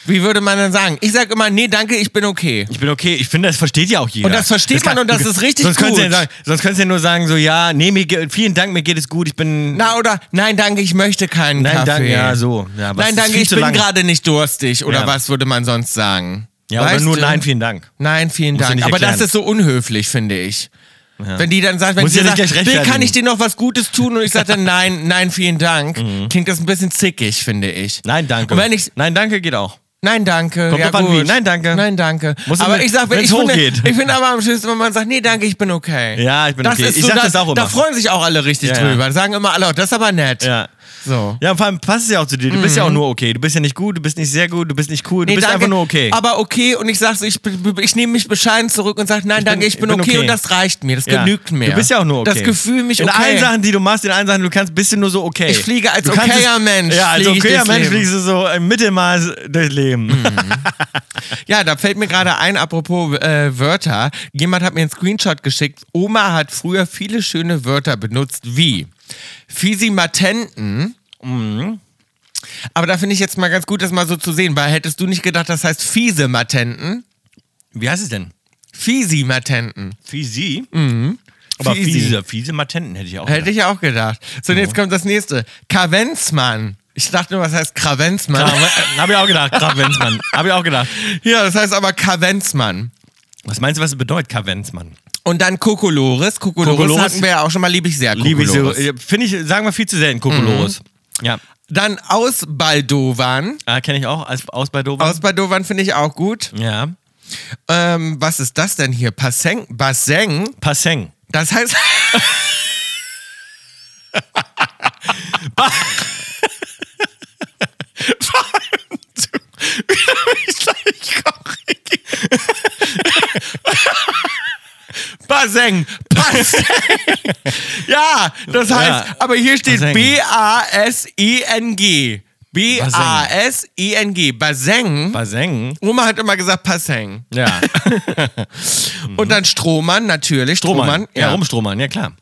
Wie würde man dann sagen? Ich sage immer, nee, danke, ich bin okay.
Ich bin okay. Ich finde, das versteht ja auch jeder.
Und das versteht man und das ist richtig
sonst könntest du
gut.
Ja sagen, sonst könntest du ja nur sagen, so, ja, nee, mir, ge- vielen Dank, mir geht es gut, ich bin.
Na, oder nein, danke, ich möchte keinen
nein,
Kaffee.
danke. Ja, so. Ja,
Nein,
aber es ist
danke,
viel
ich
zu
bin
lang.
gerade nicht durstig. Oder
Ja.
was würde man sonst sagen?
Ja, oder
Weißt
nur
du?
nein, vielen Dank.
Nein, vielen
Musst du
Dank.
nicht
Aber das
erklären.
ist so unhöflich, finde ich. Wenn die dann sagt, wenn
Muss
die
ja nicht
sagt,
gleich
Bill, kann
rechtfertigen.
ich dir noch was Gutes tun? Und ich sage
[laughs]
dann, nein, nein, vielen Dank. Klingt das ein bisschen zickig, finde ich.
Mhm. Nein, danke.
Und wenn ich,
nein, danke geht auch.
nein, danke.
Kommt
ja,
drauf an,
gut.
wie. Nein, danke.
Nein, danke.
Muss
aber
immer-
ich sage,
wenn's
ich finde,
hochgeht.
ich finde aber am schönsten, wenn man sagt, nee, danke, ich bin okay.
Ja, ich bin okay.
Ist
Ich
so,
sag
da,
das auch immer.
Da freuen sich auch alle richtig
Ja, ja.
drüber. Da Sagen immer alle, oh, das ist aber nett.
Ja.
So.
Ja, und vor allem passt es ja auch zu dir. Du bist ja auch nur okay. Du bist ja nicht gut, du bist nicht sehr gut, du bist nicht cool, du
Mhm. Nee,
bist
danke, Oh,
einfach nur okay.
Aber okay, und ich sag so, ich, bin- ich nehme mich bescheiden zurück und sage, nein, danke, ich bin, okay, und das reicht mir, das
Ja.
genügt mir.
Du bist ja auch nur okay.
Das Gefühl, mich
In
okay.
allen Sachen, die du machst, in allen Sachen, du kannst, bist du nur so okay.
Ich fliege als
Du kannst es-
okayer Mensch,
Ja, als
fliege ich
okayer
durchs
Mensch
Leben. Mhm.
fliegst du so im Mittelmaß durchs Leben.
Ja, da fällt mir gerade ein, apropos äh, Wörter. Jemand hat mir einen Screenshot geschickt. Oma hat früher viele schöne Wörter benutzt, wie Fisimatenten. Mhm. Aber da finde ich jetzt mal ganz gut, das mal so zu sehen, weil hättest du nicht gedacht, das heißt Fiesematenten?
Wie heißt es denn?
Fisimatenten.
Fisi? Aber
Mhm. Fisi.
fiese, fiese Matenten hätte ich auch.
Hätte ich auch gedacht. So, und jetzt kommt das nächste. Kavenzmann. Ich dachte nur, was heißt Kravenzmann?
Habe äh, ich auch gedacht, Kavenzmann. Habe ich auch gedacht.
[laughs] ja, das heißt aber Kavenzmann.
Was meinst du, was es bedeutet, Kavenzmann?
Und dann Kokolores. Kokolores,
Kokolores.
hatten wir ja auch schon mal, liebe ich sehr.
Liebe ich so.
Kokolores.
Finde ich, sagen wir viel zu selten, Kokolores. Mhm. Ja.
Dann aus Baldovan.
Äh, Kenne ich auch, als, aus bei Dover.
Aus Baldovan finde ich auch gut.
ja.
Ähm, was ist das denn hier? Passeng? Basseng?
Passeng.
Das heißt. [laughs] Baseng. Basseng. ja, das heißt,
Ja.
aber hier steht
Basseng.
B-A-S-E-N-G. B-A-S-E-N-G. Baseng.
Passeng.
Oma hat immer gesagt Passeng.
Ja.
Und dann [laughs] Strohmann, natürlich.
Mhm. Strohmann. Ja,
ja.
Rumstrohmann, ja klar.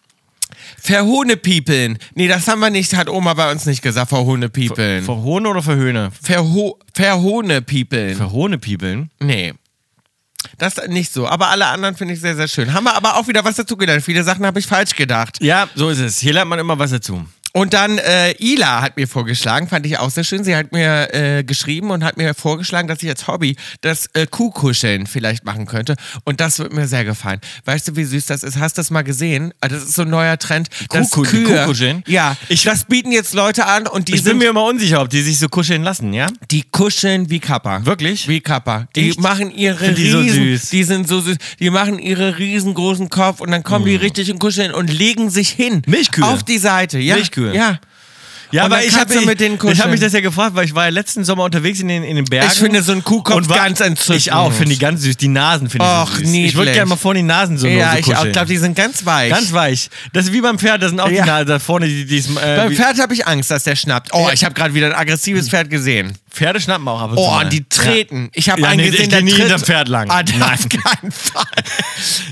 Verhohnepiepeln. Nee, das haben wir nicht, hat Oma bei uns nicht gesagt, Verhohnepiepeln.
Verhohne oder verhöhne?
Verho Verhohnepiepeln.
Verhohne piepeln.
Nee. Das nicht so, aber alle anderen finde ich sehr, sehr schön. Haben wir aber auch wieder was dazu gelernt. Viele Sachen habe ich falsch gedacht.
Ja, so ist es. Hier lernt man immer was dazu.
Und dann äh, Ila hat mir vorgeschlagen, fand ich auch sehr schön. Sie hat mir äh, geschrieben und hat mir vorgeschlagen, dass ich als Hobby das äh, Kuhkuscheln vielleicht machen könnte. Und das wird mir sehr gefallen. Weißt du, wie süß das ist? Hast du das mal gesehen? Ah, Das ist so ein neuer Trend. Das
Kuhku- die
Kühe,
Kuhkuscheln?
Ja,
Ich-
das bieten jetzt Leute an und die
Ich bin
sind,
mir immer unsicher, ob die sich so kuscheln lassen, ja?
die kuscheln wie Kappa.
Wirklich?
Wie Kappa. Die
Echt?
machen ihre
Sind die so
riesen,
süß?
die sind so süß. Die machen ihre riesengroßen Kopf und dann kommen die richtig und kuscheln und legen sich hin.
Oh. Milchkühe.
Auf die Seite. Ja.
Milchkühe.
Ja.
Ja,
Und dann kannst du
ich,
mit denen kuscheln.
ich hab mich das ja gefragt, weil ich war ja letzten Sommer unterwegs in den, in den Bergen.
Ich finde so einen Kuhkopf
Und war-
ganz entzückend.
Ich auch, finde die ganz süß. Die Nasen finde ich
Och,
so süß. Ich würde
niedlich.
gerne mal vorne die Nasen so nur
Ja,
so
ich
um kuscheln.
glaube, die sind ganz weich.
Ganz weich. Das ist wie beim Pferd, da sind auch
Ja.
die Nasen da vorne, die, die ist, äh,
Beim
wie-
Pferd habe ich Angst, dass der schnappt. Oh, ich habe gerade wieder ein aggressives Pferd gesehen.
Pferde schnappen auch ab und zu
Oh,
Hm. mal.
und die treten. Ich habe
Ja,
einen
nee, ich
gesehen,
geh
der
nie
tritt.
hinterm Pferd lang.
Ah, das
Nein.
auf keinen Fall.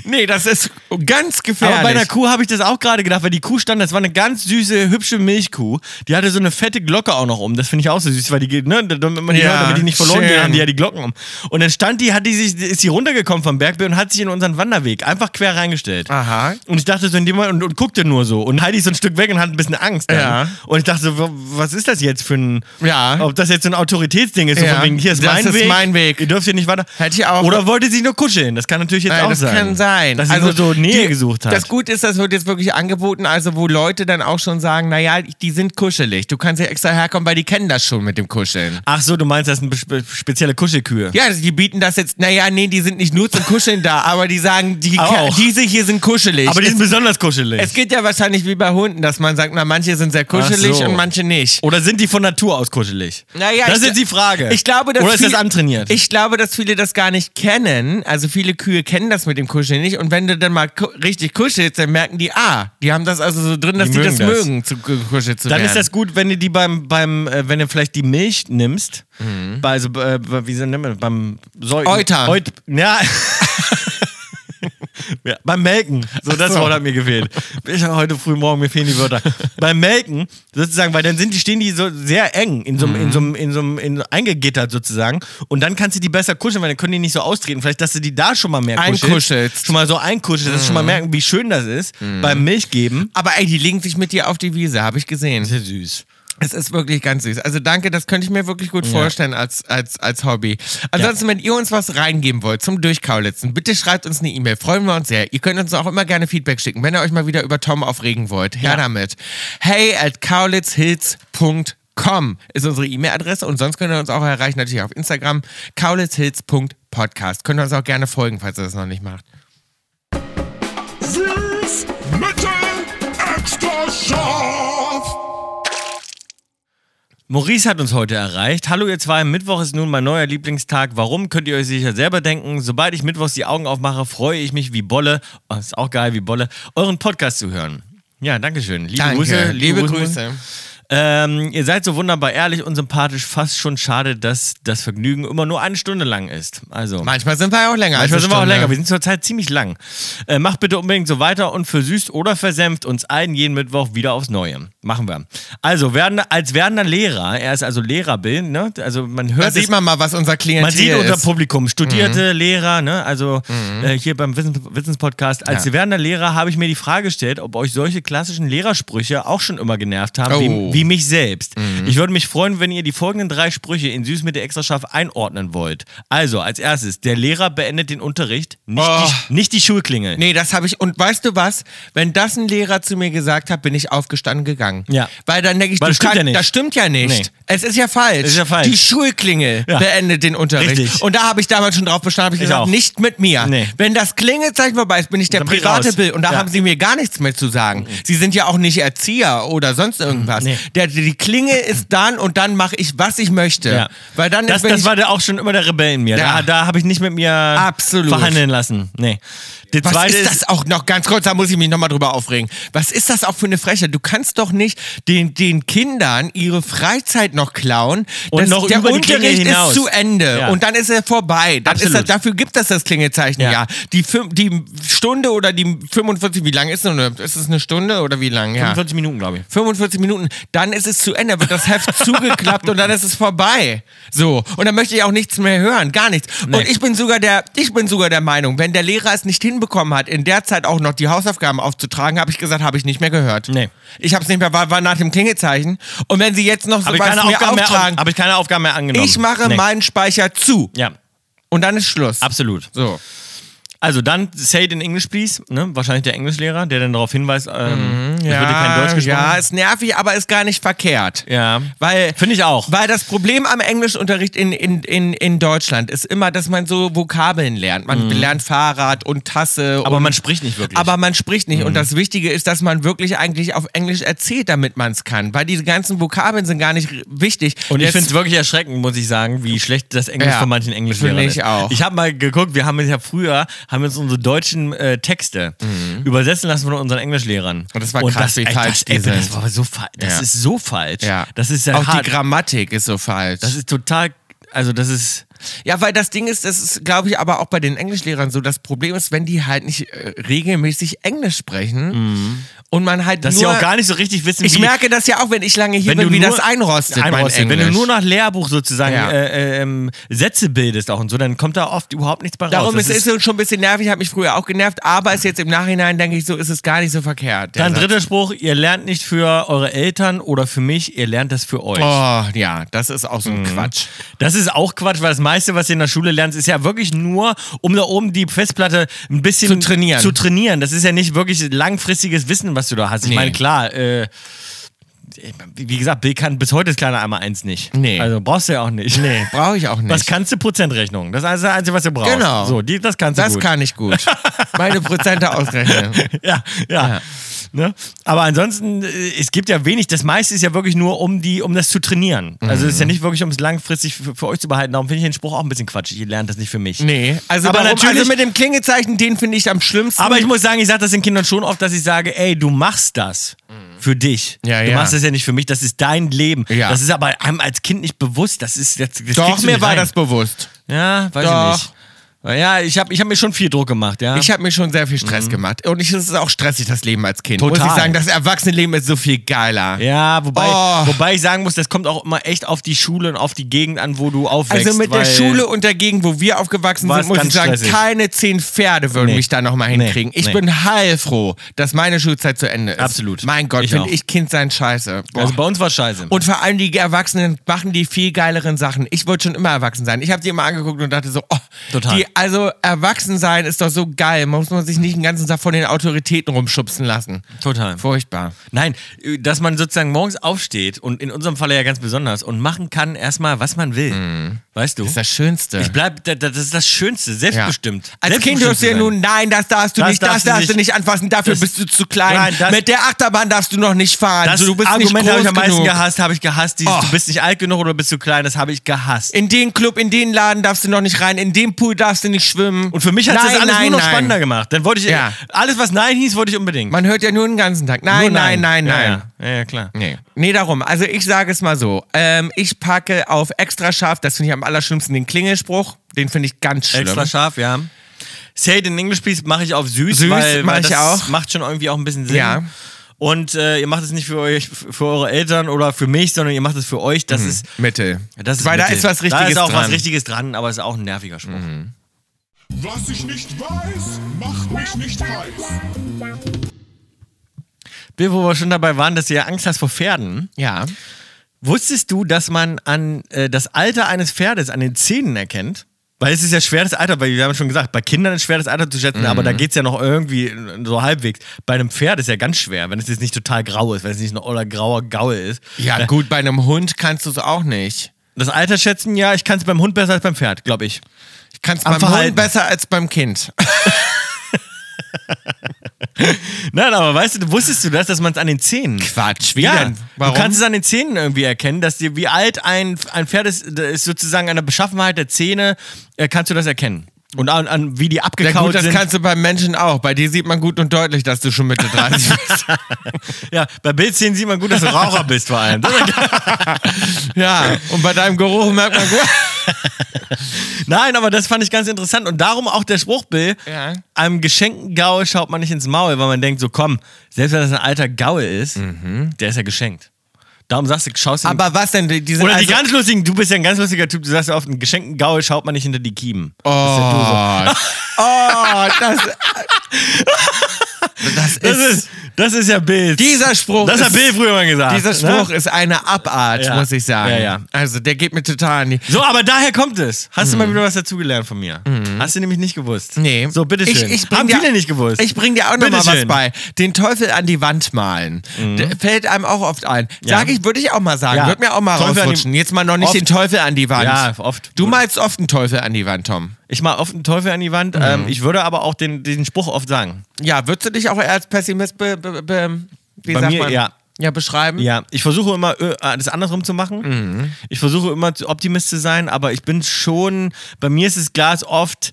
Nee, das ist ganz gefährlich.
Aber bei einer Kuh habe ich das auch gerade gedacht, weil die Kuh stand, das war eine ganz süße, hübsche Milchkuh. Die hatte so eine fette Glocke auch noch um. Das finde ich auch so süß, weil die, geht, ne, damit man die,
Ja,
hört, damit die nicht verloren
schön.
gehen, haben die ja die Glocken um. Und dann stand die, hat die sich, ist die runtergekommen vom Bergbier und hat sich in unseren Wanderweg einfach quer reingestellt.
Aha.
Und ich dachte so in dem Moment und, und guckte nur so. Und Heidi ist so ein Stück weg und hat ein bisschen Angst. Dann.
Ja.
Und ich dachte so, wa- was ist das jetzt für ein,
Ja.
ob das jetzt so ein Autoritätsding ist,
Ja.
so von wegen, hier ist
Das
mein
ist
Weg.
mein Weg.
Ihr dürft hier nicht weiter.
Hätte ich auch-
Oder wollte sie nur kuscheln? Das kann natürlich jetzt
Nein,
auch
das
sein.
kann sein.
Dass sie also, so Nähe gesucht hat.
Das Gute ist, das wird jetzt wirklich angeboten, also wo Leute dann auch schon sagen, naja, die sind kuschelig. Du kannst ja extra herkommen, weil die kennen das schon mit dem Kuscheln.
Ach so, du meinst, das sind spe spezielle Kuschelkühe.
Ja, also die bieten das jetzt, naja, nee, die sind nicht nur zum Kuscheln da, aber die sagen, die,
Auch.
diese hier sind kuschelig.
Aber die
Es
sind besonders kuschelig.
Es geht ja wahrscheinlich wie bei Hunden, dass man sagt, na, manche sind sehr kuschelig
Ach so. Oh,
und manche nicht.
Oder sind die von Natur aus kuschelig?
Naja,
das
ich
ist jetzt
gl-
die Frage.
Ich glaube, dass
Oder ist
viel-
das antrainiert?
Ich glaube, dass viele das gar nicht kennen. Also viele Kühe kennen das mit dem Kuscheln nicht. Und wenn du dann mal ku richtig kuschelst, dann merken die, ah, die haben das also so drin, dass die, das,
mögen das.
mögen, zu gekuschelt zu
dann
werden.
ist das gut, wenn du die beim, beim äh, wenn du vielleicht die Milch nimmst,
Mhm.
bei, also, äh, bei- wie nennt man das, beim Säugen.
Euter.
Eut, ja. [laughs] Ja, beim Melken. So, das Wort hat mir gefehlt. Ich hab heute früh morgen, mir fehlen die Wörter. beim Melken, sozusagen, weil dann sind die, stehen die so sehr eng in so einem,
Mhm.
in so einem, in so einem, in eingegittert sozusagen. Und dann kannst du die besser kuscheln, weil dann können die nicht so austreten. Vielleicht, dass du die da schon mal mehr kuschelst.
Einkuschelst. Mhm.
Schon mal so einkuschelst, dass du schon mal merken, wie schön das ist. Beim Milchgeben.
Aber ey, die legen sich mit dir auf die Wiese, habe ich gesehen.
Sehr süß.
Es ist wirklich ganz süß. Also danke, das könnte ich mir wirklich gut vorstellen als, als, als Hobby. Ansonsten, wenn ihr uns was reingeben wollt zum Durchkaulitzen, bitte schreibt uns eine E-Mail. Freuen wir uns sehr. Ihr könnt uns auch immer gerne Feedback schicken, wenn ihr euch mal wieder über Tom aufregen wollt. Her damit. Hey at kaulitzhills.com ist unsere E-Mail-Adresse und sonst könnt ihr uns auch erreichen, natürlich auf Instagram, kaulitzhills.podcast. Könnt ihr uns auch gerne folgen, falls ihr das noch nicht macht.
Süß, mittel, extra scharf.
Maurice hat uns heute erreicht. Hallo ihr zwei, Mittwoch ist nun mein neuer Lieblingstag. Warum, könnt ihr euch sicher selber denken. Sobald ich mittwochs die Augen aufmache, freue ich mich wie Bolle, oh, ist auch geil wie Bolle, euren Podcast zu hören. Ja, danke schön. Liebe
Danke.
Grüße.
liebe Grüße.
Ähm, ihr seid so wunderbar ehrlich und sympathisch. Fast schon schade, dass das Vergnügen immer nur eine Stunde lang ist. Also,
Manchmal sind wir auch länger. als
manchmal
eine
sind wir auch
Stunde.
länger. Wir sind zurzeit ziemlich lang. Äh, macht bitte unbedingt so weiter und versüßt oder versenft uns allen jeden Mittwoch wieder aufs Neue. Machen wir. Also, werdende, als werdender Lehrer, er ist also Lehrer, Bill, ne? Also, man hört
Da sieht
es-
man mal, was unser Klientel
man sieht unser
ist. Mhm.
Publikum, studierte Lehrer, ne? also äh, hier beim Wissen, Wissenspodcast. Als
Ja.
werdender Lehrer habe ich mir die Frage gestellt, ob euch solche klassischen Lehrersprüche auch schon immer genervt haben,
Oh. Mhm.
wie, wie mich selbst. Ich würde mich freuen, wenn ihr die folgenden drei Sprüche in Süß mit der Extraschaf einordnen wollt. Also, als erstes, der Lehrer beendet den Unterricht, nicht,
Oh.
die, nicht die Schulklingel.
Nee, das habe ich. Und weißt du was? Wenn das ein Lehrer zu mir gesagt hat, bin ich aufgestanden gegangen.
Ja.
Weil dann denke ich,
Weil
du
das stimmt
kann-
ja nicht.
das stimmt ja nicht.
Nee.
Es ist ja falsch.
Es ist ja falsch.
Die Schulklingel
Ja.
beendet den Unterricht.
Richtig.
Und da habe ich damals schon drauf bestanden, habe ich,
Ich
gesagt,
auch.
nicht mit mir.
Nee.
Wenn das Klingelzeichen vorbei ist, bin ich der
Dann bin ich
private
raus.
Bill. Und da
Ja. Mhm.
haben sie mir gar nichts mehr zu sagen. Sie sind ja auch nicht Erzieher oder sonst irgendwas.
Nee.
Der, die Klingel ist dann und dann mache ich, was ich möchte.
Ja.
Weil dann
das,
bin
das
ich
war der auch schon immer der Rebell in mir.
Ja.
Da, da habe ich nicht mit mir
Absolut.
verhandeln lassen. Nee. Der
Was
zweite
ist das auch noch ganz kurz, da muss ich mich nochmal drüber aufregen. Was ist das auch für eine Frechheit? Du kannst doch nicht den, den Kindern ihre Freizeit noch klauen.
Und
Das-
noch
der
über die Klinge
Unterricht
hinaus.
ist zu Ende
Ja.
und dann ist er vorbei. Dann ist
Absolut.
er, dafür gibt es das Klingelzeichen ja.
Ja.
Die, fün- die Stunde oder die 45, wie lange ist es? denn? Ist es eine Stunde oder wie lange? Ja.
45 Minuten, glaube ich.
45 Minuten, dann ist es zu Ende, dann wird das
[laughs]
Heft zugeklappt und dann ist es vorbei. So. Und dann möchte ich auch nichts mehr hören, gar nichts.
Nee.
Und ich bin sogar der, ich bin sogar der Meinung, wenn der Lehrer es nicht hinbekommen hat, in der Zeit auch noch die Hausaufgaben aufzutragen, habe ich gesagt, habe ich nicht mehr gehört.
Nee.
Ich habe es nicht mehr, war, war nach dem Klingelzeichen. Und wenn sie jetzt noch so
Habe ich,
was
keine
mir
Aufgaben mehr
auftragen,
an- hab ich keine Aufgaben mehr angenommen.
ich mache
Nee.
meinen Speicher zu.
Ja,
Und dann ist Schluss.
absolut.
So.
Also dann say it in English, please. Ne? Wahrscheinlich der Englischlehrer, der dann darauf hinweist, ähm, es wird hier kein Deutsch gesprochen.
Mhm, ja, ist nervig, aber ist gar nicht verkehrt.
Ja.
Weil
Finde ich auch.
Weil das Problem am Englischunterricht in, in, in, in Deutschland ist immer, dass man so Vokabeln lernt. Man lernt Fahrrad und Tasse.
Mhm. Aber
und,
man spricht nicht wirklich. Mhm.
aber man spricht nicht. Und das Wichtige ist, dass man wirklich eigentlich auf Englisch erzählt, damit man es kann. Weil diese ganzen Vokabeln sind gar nicht r- wichtig.
und ich
Jetzt-
finde es wirklich erschreckend, muss ich sagen, wie schlecht das Englisch
Ja,
von manchen Englischlehrern
find
ist.
ich auch.
Ich habe mal geguckt, wir haben uns ja früher, haben uns unsere deutschen äh, Texte übersetzen lassen von unseren Englischlehrern.
Mhm. Und das war krass, wie
ey,
falsch
das, ey,
die sind.
Das, war so fa- das
Ja.
ist so falsch.
ja.
Das ist ja
Auch
hart.
die Grammatik ist so falsch.
das ist total, also das ist...
Ja, weil das Ding ist, das ist, glaube ich, aber auch bei den Englischlehrern so. Das Problem ist, wenn die halt nicht äh, regelmäßig Englisch sprechen und man halt
Mhm. Dass
nur.
sie auch gar nicht so richtig wissen,
ich
wie
merke das ja auch, wenn ich lange hier
wenn
bin,
du
wie
nur,
das einrostet,
Einrostet.
mein Englisch.
Wenn du nur nach Lehrbuch sozusagen
Ja.
äh, äh, ähm, Sätze bildest auch und so, dann kommt da oft überhaupt nichts bei raus.
Darum
Das
ist es schon ein bisschen nervig, hat mich früher auch genervt, aber ist jetzt im Nachhinein, denke ich, so ist es gar nicht so verkehrt. der
dann
Satz.
dritter Spruch, ihr lernt nicht für eure Eltern oder für mich, ihr lernt das für euch.
Oh, ja, das ist auch so ein
Mhm.
Quatsch.
Das ist auch Quatsch, weil das meiste, was ihr in der Schule lernt, ist ja wirklich nur, um da oben die Festplatte ein bisschen
Zu trainieren.
Zu trainieren. Das ist ja nicht wirklich langfristiges Wissen, was du da hast. Ich
Nee.
meine, klar, äh, wie gesagt, Bill kann bis heute das kleine einmal eins nicht.
Nee.
Also brauchst du ja auch nicht. Nee.
Brauche ich auch nicht.
Das kannst du Prozentrechnung. Das ist das Einzige, was du brauchst.
Genau.
So, die, das kannst du
das
gut.
kann ich gut. Meine Prozente ausrechnen.
[laughs] ja, ja. Ne? Aber ansonsten, äh, es gibt ja wenig. Das meiste ist ja wirklich nur, um, die, um das zu trainieren. Also es ist ja
Mhm.
nicht wirklich, um es langfristig für, für euch zu behalten. Darum finde ich den Spruch auch ein bisschen quatschig. Ihr lernt das nicht für mich.
Nee, also,
Aber
darum,
natürlich-
also mit dem Klingezeichen, den finde ich am schlimmsten.
Aber ich muss sagen, ich sage das den Kindern schon oft, dass ich sage, ey, du machst das für dich.
Mhm. Ja,
du
ja.
machst das ja nicht für mich, das ist dein Leben.
Ja.
Das ist aber einem als Kind nicht bewusst. Das ist jetzt. Das
Doch,
kriegst du
mir
nicht
war
rein.
das bewusst.
Ja, weiß
Doch.
ich nicht. Ja, ich habe ich hab mir schon viel Druck gemacht, ja.
Ich habe mir schon sehr viel Stress gemacht. Und ich, es ist auch stressig, das Leben als Kind.
Mhm. Total.
Muss ich sagen, das Erwachsenenleben ist so viel geiler.
ja, wobei,
Oh.
wobei ich sagen muss, das kommt auch immer echt auf die Schule und auf die Gegend an, wo du aufwächst.
Also mit der
weil-
Schule und der Gegend, wo wir aufgewachsen
War
sind,
es
muss ich
ganz
sagen,
stressig.
keine zehn Pferde würden
Nee.
mich da nochmal
Nee,
hinkriegen. Ich
nee.
bin heilfroh, dass meine Schulzeit zu Ende ist.
Absolut.
Mein Gott,
Ich
finde
auch.
ich Kind sein scheiße. Boah.
Also bei uns war scheiße.
und vor allem die Erwachsenen machen die viel geileren Sachen. Ich wollte schon immer erwachsen sein. Ich habe die immer angeguckt und dachte so, oh,
Total.
Die, also erwachsen sein ist doch so geil. Man muss man sich nicht den ganzen Tag von den Autoritäten rumschubsen lassen.
total.
Furchtbar.
Nein, dass man sozusagen morgens aufsteht und in unserem Falle ja ganz besonders und machen kann erstmal, was man will. Weißt du?
Das Mhm. ist das Schönste.
ich bleib, da- da- das ist das Schönste,
Ja.
selbstbestimmt.
Als Kind
Selbstbestimmt
hörst du
zu
ja
sein.
nun, nein, das darfst du
Das
nicht, das
darfst du
darfst du
nicht.
nicht anfassen, dafür
Das-
bist du zu klein.
Nein, das-
Mit der Achterbahn darfst du noch nicht fahren.
Das
so, also du bist
Argument
nicht
habe
groß
ich am meisten
genug.
gehasst, habe ich gehasst. Dieses,
Oh.
Du bist nicht alt genug oder du bist zu klein, das habe ich gehasst.
In den Club, in den Laden darfst du noch nicht rein, in den Pool darfst du nicht schwimmen.
Und für mich hat das
Nein,
alles
nein,
nur noch
nein.
spannender gemacht. Dann wollte ich
Ja.
alles, was Nein hieß, wollte ich unbedingt.
Man hört ja nur den ganzen Tag. Nein,
Nur
nein, nein, nein.
Ja, ja. ja, ja klar.
Nee. Nee, darum. Also ich sage es mal so. Ähm, ich packe auf extra scharf, das finde ich am allerschlimmsten, den Klingelspruch. Den finde ich ganz schlimm.
Extra scharf, ja. Say it in English, please, mache ich auf süß,
Süß
weil,
mach
weil
ich
das
auch.
macht schon irgendwie auch ein bisschen Sinn.
Ja.
Und äh, ihr macht es nicht für euch, für eure Eltern oder für mich, sondern ihr macht es für euch. Das ist,
Mittel.
das ist
Mhm. Weil da
Mittel.
ist was Richtiges
Da ist auch
dran. Mhm.
was Richtiges dran, aber es ist auch ein nerviger Spruch.
Was ich nicht weiß, macht mich nicht heiß.
Bill, wo wir schon dabei waren, dass du ja Angst hast vor Pferden.
Ja.
Wusstest du, dass man an äh, das Alter eines Pferdes an den Zähnen erkennt? Weil es ist ja schwer, das Alter, weil wir haben schon gesagt, bei Kindern ist schwer, das Alter zu schätzen, aber da geht es ja noch irgendwie äh, so halbwegs. Bei einem Pferd ist ja ganz schwer, wenn es jetzt nicht total grau ist, wenn es nicht ein oder grauer Gaul ist.
Ja, gut, bei einem Hund kannst du es auch nicht.
Das Alter schätzen, ja, ich kann es beim Hund besser als beim Pferd, glaube ich.
Ich kann es
Am
beim
Verhalten.
Hund besser als beim Kind.
Nein, aber weißt du, wusstest du das, dass man es an den Zähnen.
Quatsch, wie
Ja,
denn? Warum?
du kannst es an den Zähnen irgendwie erkennen, dass dir, wie alt ein, ein Pferd ist, da ist sozusagen an der Beschaffenheit der Zähne, äh, kannst du das erkennen. Und an, an wie die
ja
abgekaut
gut, das
sind.
kannst du beim Menschen auch. Bei dir sieht man gut und deutlich, dass du schon [laughs] Mitte 30 bist.
ja, bei Bildzähnen sieht man gut, dass du Raucher bist vor allem.
[laughs]
Das ist-
ja, und bei deinem Geruch merkt man gut.
Nein, aber das fand ich ganz interessant und darum auch der Spruch, Bill,
Ja.
einem geschenkten Gaul schaut man nicht ins Maul, weil man denkt so, komm, selbst wenn das ein alter Gaul ist, der ist ja geschenkt. Darum sagst du, schaust du
Mhm. Aber was denn? Die die sind
Oder die
also,
ganz lustigen, du bist ja ein ganz lustiger Typ, du sagst ja oft, einen geschenkten Gaul schaut man nicht hinter die Kiemen.
Oh, [laughs] oh das, das ist...
Das ist, das ist ja Bild.
dieser Spruch,
das hat
ist,
Bill früher mal gesagt.
dieser
ne?
Spruch ist eine Abart,
Ja.
muss ich sagen.
Ja, ja.
Also der geht mir total an die...
So, aber daher kommt es. Hast du mal wieder was dazugelernt von mir? Hast du nämlich nicht gewusst.
Mhm. Nee.
So, bitteschön.
Ich, ich bring
Haben
dir-
viele nicht gewusst.
Ich bring dir auch nochmal was
Bitteschön. Mhm.
bei. Den Teufel an die Wand malen. Der Fällt einem auch oft ein. Sag ich, würde ich auch mal sagen.
Ja.
Wird mir auch mal
Teufel an die-
rausrutschen. Jetzt mal noch nicht
Oft.
den Teufel an die Wand.
Ja, oft.
Du malst oft einen Teufel an die Wand, Tom.
Ich mal oft einen Teufel an die Wand. Ähm, ich würde aber auch den, diesen Spruch oft sagen.
Ja, würdest du dich auch eher als Pessimist be, be, be, wie
Bei
sagt
mir,
man?
ja.
ja, beschreiben?
Ja, Mhm. ich versuche immer, äh, das andersrum zu machen. Ich versuche immer, zu- Optimist zu sein, aber ich bin schon, bei mir ist das Glas oft,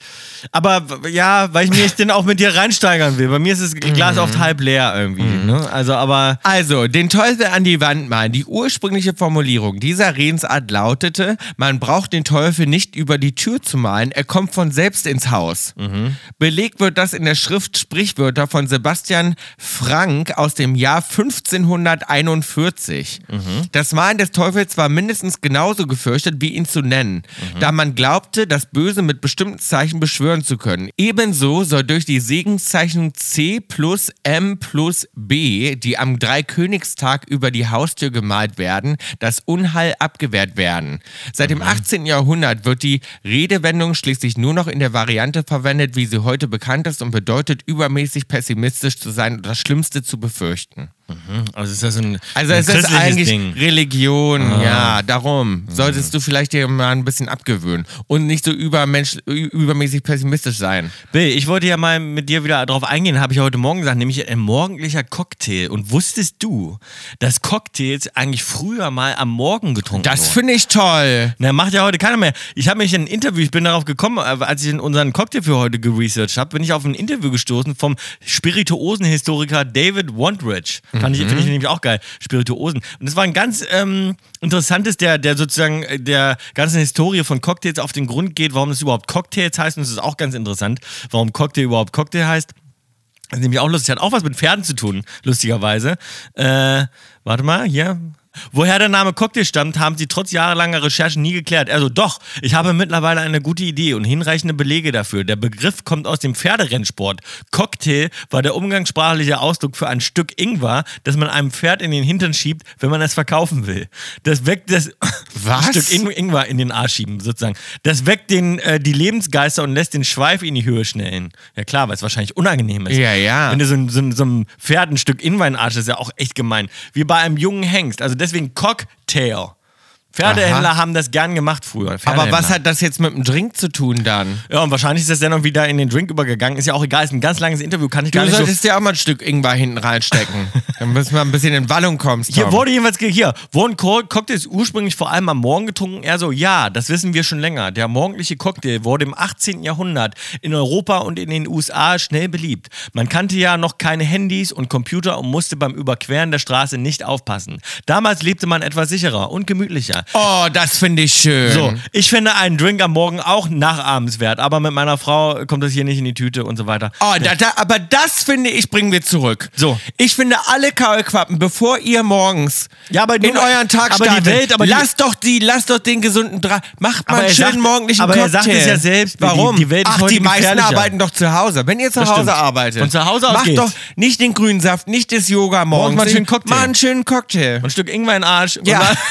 aber w- ja, weil ich mich dann auch mit dir reinsteigern will. Bei mir ist das Glas oft halb leer irgendwie. Ne? Also, aber
Also, den Teufel an die Wand malen. Die ursprüngliche Formulierung dieser Redensart lautete, man braucht den Teufel nicht über die Tür zu malen, er kommt von selbst ins Haus. Belegt wird das in der Schrift Sprichwörter von Sebastian Frank aus dem Jahr 1541. Das Malen des Teufels war mindestens genauso gefürchtet, wie ihn zu nennen, da man glaubte, das Böse mit bestimmten Zeichen beschwören zu können. Ebenso soll durch die Segenszeichnung C plus M plus B, die am Dreikönigstag über die Haustür gemalt werden, das Unheil abgewehrt werden. Seit dem 18. Jahrhundert wird die Redewendung schließlich nur noch in der Variante verwendet, wie sie heute bekannt ist und bedeutet, übermäßig pessimistisch zu sein und das Schlimmste zu befürchten.
also ist das ein,
Also
ein
es ist
christliches
eigentlich
Ding. Ah.
Religion, ja, darum solltest du vielleicht dir mal ein bisschen abgewöhnen und nicht so übermensch, ü- übermäßig pessimistisch sein.
Bill, ich wollte ja mal mit dir wieder drauf eingehen, habe ich ja heute Morgen gesagt, nämlich ein morgendlicher Cocktail. Und wusstest du, dass Cocktails eigentlich früher mal am Morgen getrunken wurden?
Das finde ich toll.
Na, macht ja heute keiner mehr. Ich habe mich in ein Interview, ich bin darauf gekommen, äh, als ich in unseren Cocktail für heute geresearched habe, bin ich auf ein Interview gestoßen vom Spirituosenhistoriker David Wandrich. Fand ich, Finde ich nämlich auch geil. Spirituosen. Und das war ein ganz ähm, interessantes, der, der sozusagen äh, der ganzen Historie von Cocktails auf den Grund geht, warum das überhaupt Cocktails heißt. Und es ist auch ganz interessant, warum Cocktail überhaupt Cocktail heißt. Das ist nämlich auch lustig. Hat auch was mit Pferden zu tun, lustigerweise. Äh, warte mal, hier. Woher der Name Cocktail stammt, haben sie trotz jahrelanger Recherchen nie geklärt. Also doch, ich habe mittlerweile eine gute Idee und hinreichende Belege dafür. Der Begriff kommt aus dem Pferderennsport. Cocktail war der umgangssprachliche Ausdruck für ein Stück Ingwer, das man einem Pferd in den Hintern schiebt, wenn man es verkaufen will. Das weckt das
Was?
Stück Ing Ingwer in den Arsch schieben, sozusagen. Das weckt den, äh, die Lebensgeister und lässt den Schweif in die Höhe schnellen. Ja klar, weil es wahrscheinlich unangenehm ist.
Ja, ja.
Wenn du so, ein- so, ein- so ein Pferd ein Stück Ingwer in den Arsch, das ist ja auch echt gemein. Wie bei einem jungen Hengst. Also deswegen Cocktail. Pferdehändler haben das gern gemacht früher.
Aber was
Pferdehändler.
hat das jetzt mit dem Drink zu tun dann?
Ja, und wahrscheinlich ist das dann auch wieder in den Drink übergegangen. Ist ja auch egal, ist ein ganz langes Interview, kann ich gar
Du
nicht so
solltest dir auch mal ein Stück Ingwer hinten
[laughs]
reinstecken. Dann müssen wir ein bisschen in Wallung kommen. Tom.
Hier wurde jedenfalls ge- hier wurden Co Cocktails ursprünglich vor allem am Morgen getrunken. Er so, ja, das wissen wir schon länger. Der morgendliche Cocktail wurde im 18. Jahrhundert in Europa und in den USA schnell beliebt. Man kannte ja noch keine Handys und Computer und musste beim Überqueren der Straße nicht aufpassen. Damals lebte man etwas sicherer und gemütlicher.
oh, das finde ich schön.
So, ich finde einen Drink am Morgen auch nachahmenswert, aber mit meiner Frau kommt das hier nicht in die Tüte und so weiter.
Oh, da, da, aber das finde ich, bringen wir zurück.
So.
Ich finde alle Kaulquappen, bevor ihr morgens
Ja, aber
in
nur-
euren Tag
aber die
startet,
Welt, aber die-
lasst doch die, lasst doch den gesunden Draht. Macht mal
Aber
einen
er
schönen
sagt-
morgendlichen
aber
Cocktail.
er sagt es ja selbst, die-
Warum?
die Welt ist
Ach,
heute
die meisten
gefährlicher.
arbeiten doch zu Hause. Wenn ihr zu
Das
Hause
stimmt.
arbeitet.
Von zu Hause aus
Macht
geht's.
doch nicht den grünen Saft, nicht das Yoga morgens.
mal einen schönen Cocktail.
Mal einen schönen Cocktail.
Ein Stück Ingwer in den Arsch. und
[laughs] Ja.
dann-
[laughs]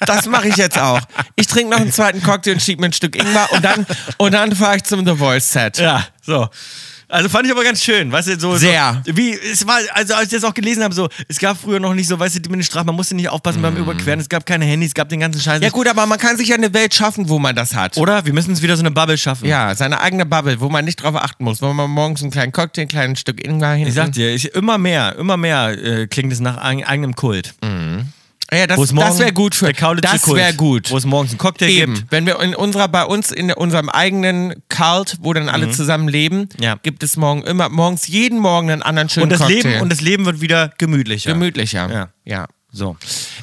Das mache ich jetzt auch. Ich trinke noch einen zweiten Cocktail und schieb mir ein Stück Ingwer und dann, und dann fahre ich zum The Voice Set.
Ja, so. Also fand ich aber ganz schön, weißt du, so.
Sehr.
So, wie, es war, also als ich das auch gelesen habe, so, es gab früher noch nicht so, weißt du, die mit den Strafen, man musste nicht aufpassen beim Überqueren, es gab keine Handys, es gab den ganzen Scheiß.
Mhm. Ja gut, aber man kann sich ja eine Welt schaffen, wo man das hat.
Oder? Wir müssen es wieder so eine Bubble schaffen.
ja, seine eigene Bubble, wo man nicht drauf achten muss, wo man morgens einen kleinen Cocktail, ein kleines Stück Ingwer hin.
Ich sag dir, ich, immer mehr, immer mehr äh, klingt es nach eig- eigenem Kult.
ja, das,
Wo es morgen-
Mhm. das wäre gut für
der Kaulitzer
Das
Kult,
wäre gut.
Wo es morgens einen Cocktail gibt.
Eben, wenn wir in unserer, bei uns in unserem eigenen Cult, wo dann alle zusammen leben,
Mhm. Ja.
gibt es morgen immer morgens jeden Morgen einen anderen schönen
Und das,
Cocktail.
Leben, und das Leben wird wieder gemütlicher.
gemütlicher.
Ja.
ja.
so.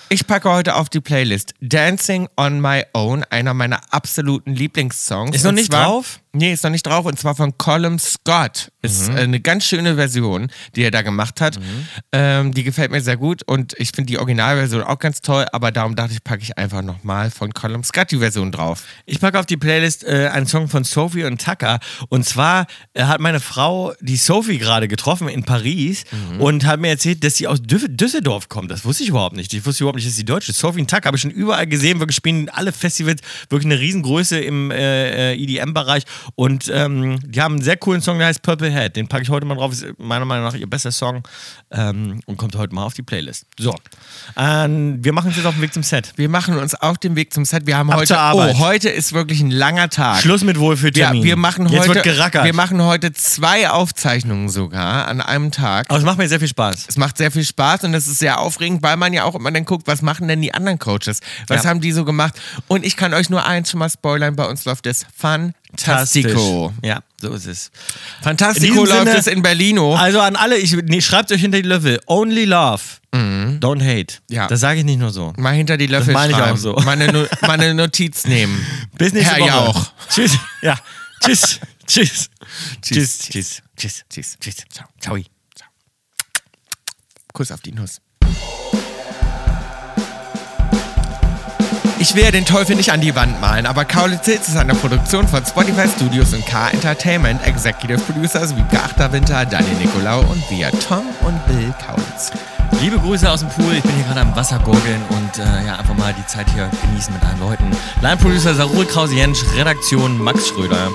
Ich packe heute auf die Playlist Dancing on My Own, einer meiner absoluten Lieblingssongs.
Ist noch
Und
nicht drauf?
Nee, ist noch nicht drauf. Und zwar von Colin Scott. Ist
Mhm.
äh, eine ganz schöne Version, die er da gemacht hat. Ähm, die gefällt mir sehr gut und ich finde die Originalversion auch ganz toll. Aber darum dachte ich, packe ich einfach nochmal von Colin Scott die Version drauf.
Ich packe auf die Playlist äh, einen Song von Sophie und Tucker. Und zwar äh, hat meine Frau die Sophie gerade getroffen in Paris
Mhm.
und hat mir erzählt, dass sie aus Düf Düsseldorf kommt. Das wusste ich überhaupt nicht. Ich wusste überhaupt nicht, dass sie Deutsche ist. Sophie und Tucker habe ich schon überall gesehen. Wirklich spielen alle Festivals. Wirklich eine Riesengröße im äh, EDM-Bereich. Und ähm, die haben einen sehr coolen Song, der heißt Purple Head. Den packe ich heute mal drauf. Ist meiner Meinung nach ihr bester Song. Ähm, und kommt heute mal auf die Playlist. So. Ähm, wir machen uns jetzt auf den Weg zum Set.
Wir machen uns auf den Weg zum Set. Wir haben
Ab
heute.
zur Arbeit.
Oh, heute ist wirklich ein langer Tag.
Schluss mit Wohlfühltermin.
Ja, wir machen
Jetzt
heute,
wird gerackert.
wir machen heute zwei Aufzeichnungen sogar an einem Tag.
Aber es macht mir sehr viel Spaß.
Es macht sehr viel Spaß und es ist sehr aufregend, weil man ja auch immer dann guckt, was machen denn die anderen Coaches? Was
Ja.
haben die so gemacht? Und ich kann euch nur eins schon mal spoilern, bei uns läuft es Fantastico.
Ja, so ist es. In
Fantastico
diesem
läuft
Sinne-
es in Berlino.
Also an alle, ich, nee, schreibt euch hinter die Löffel. Only love. Don't hate.
Mhm. Ja.
Das sage ich nicht nur so.
Mal hinter die Löffel
meine ich
schreiben.
auch so.
[laughs] Meine, No- meine Notiz nehmen.
[laughs] Bis nächste
Herr
Woche.
Jauch.
Tschüss.
[laughs]
Ja. Tschüss. Tschüss.
Tschüss.
Tschüss. Tschüss. Tschüss. Tschüss. Tschüss. Ciao. Ciao.
Kuss auf die Nuss. Ich will ja den Teufel nicht an die Wand malen, aber Kaulitz Hills ist eine Produktion von Spotify Studios und K Entertainment. Executive Producers Wiebke Achterwinter, Daniel Nicolau und wir, Tom und Bill Kaulitz.
Liebe Grüße aus dem Pool. Ich bin hier gerade am Wasser gurgeln und äh, ja, einfach mal die Zeit hier genießen mit allen Leuten. Line-Producer Sarul Krause-Jensch, Redaktion Max Schröder.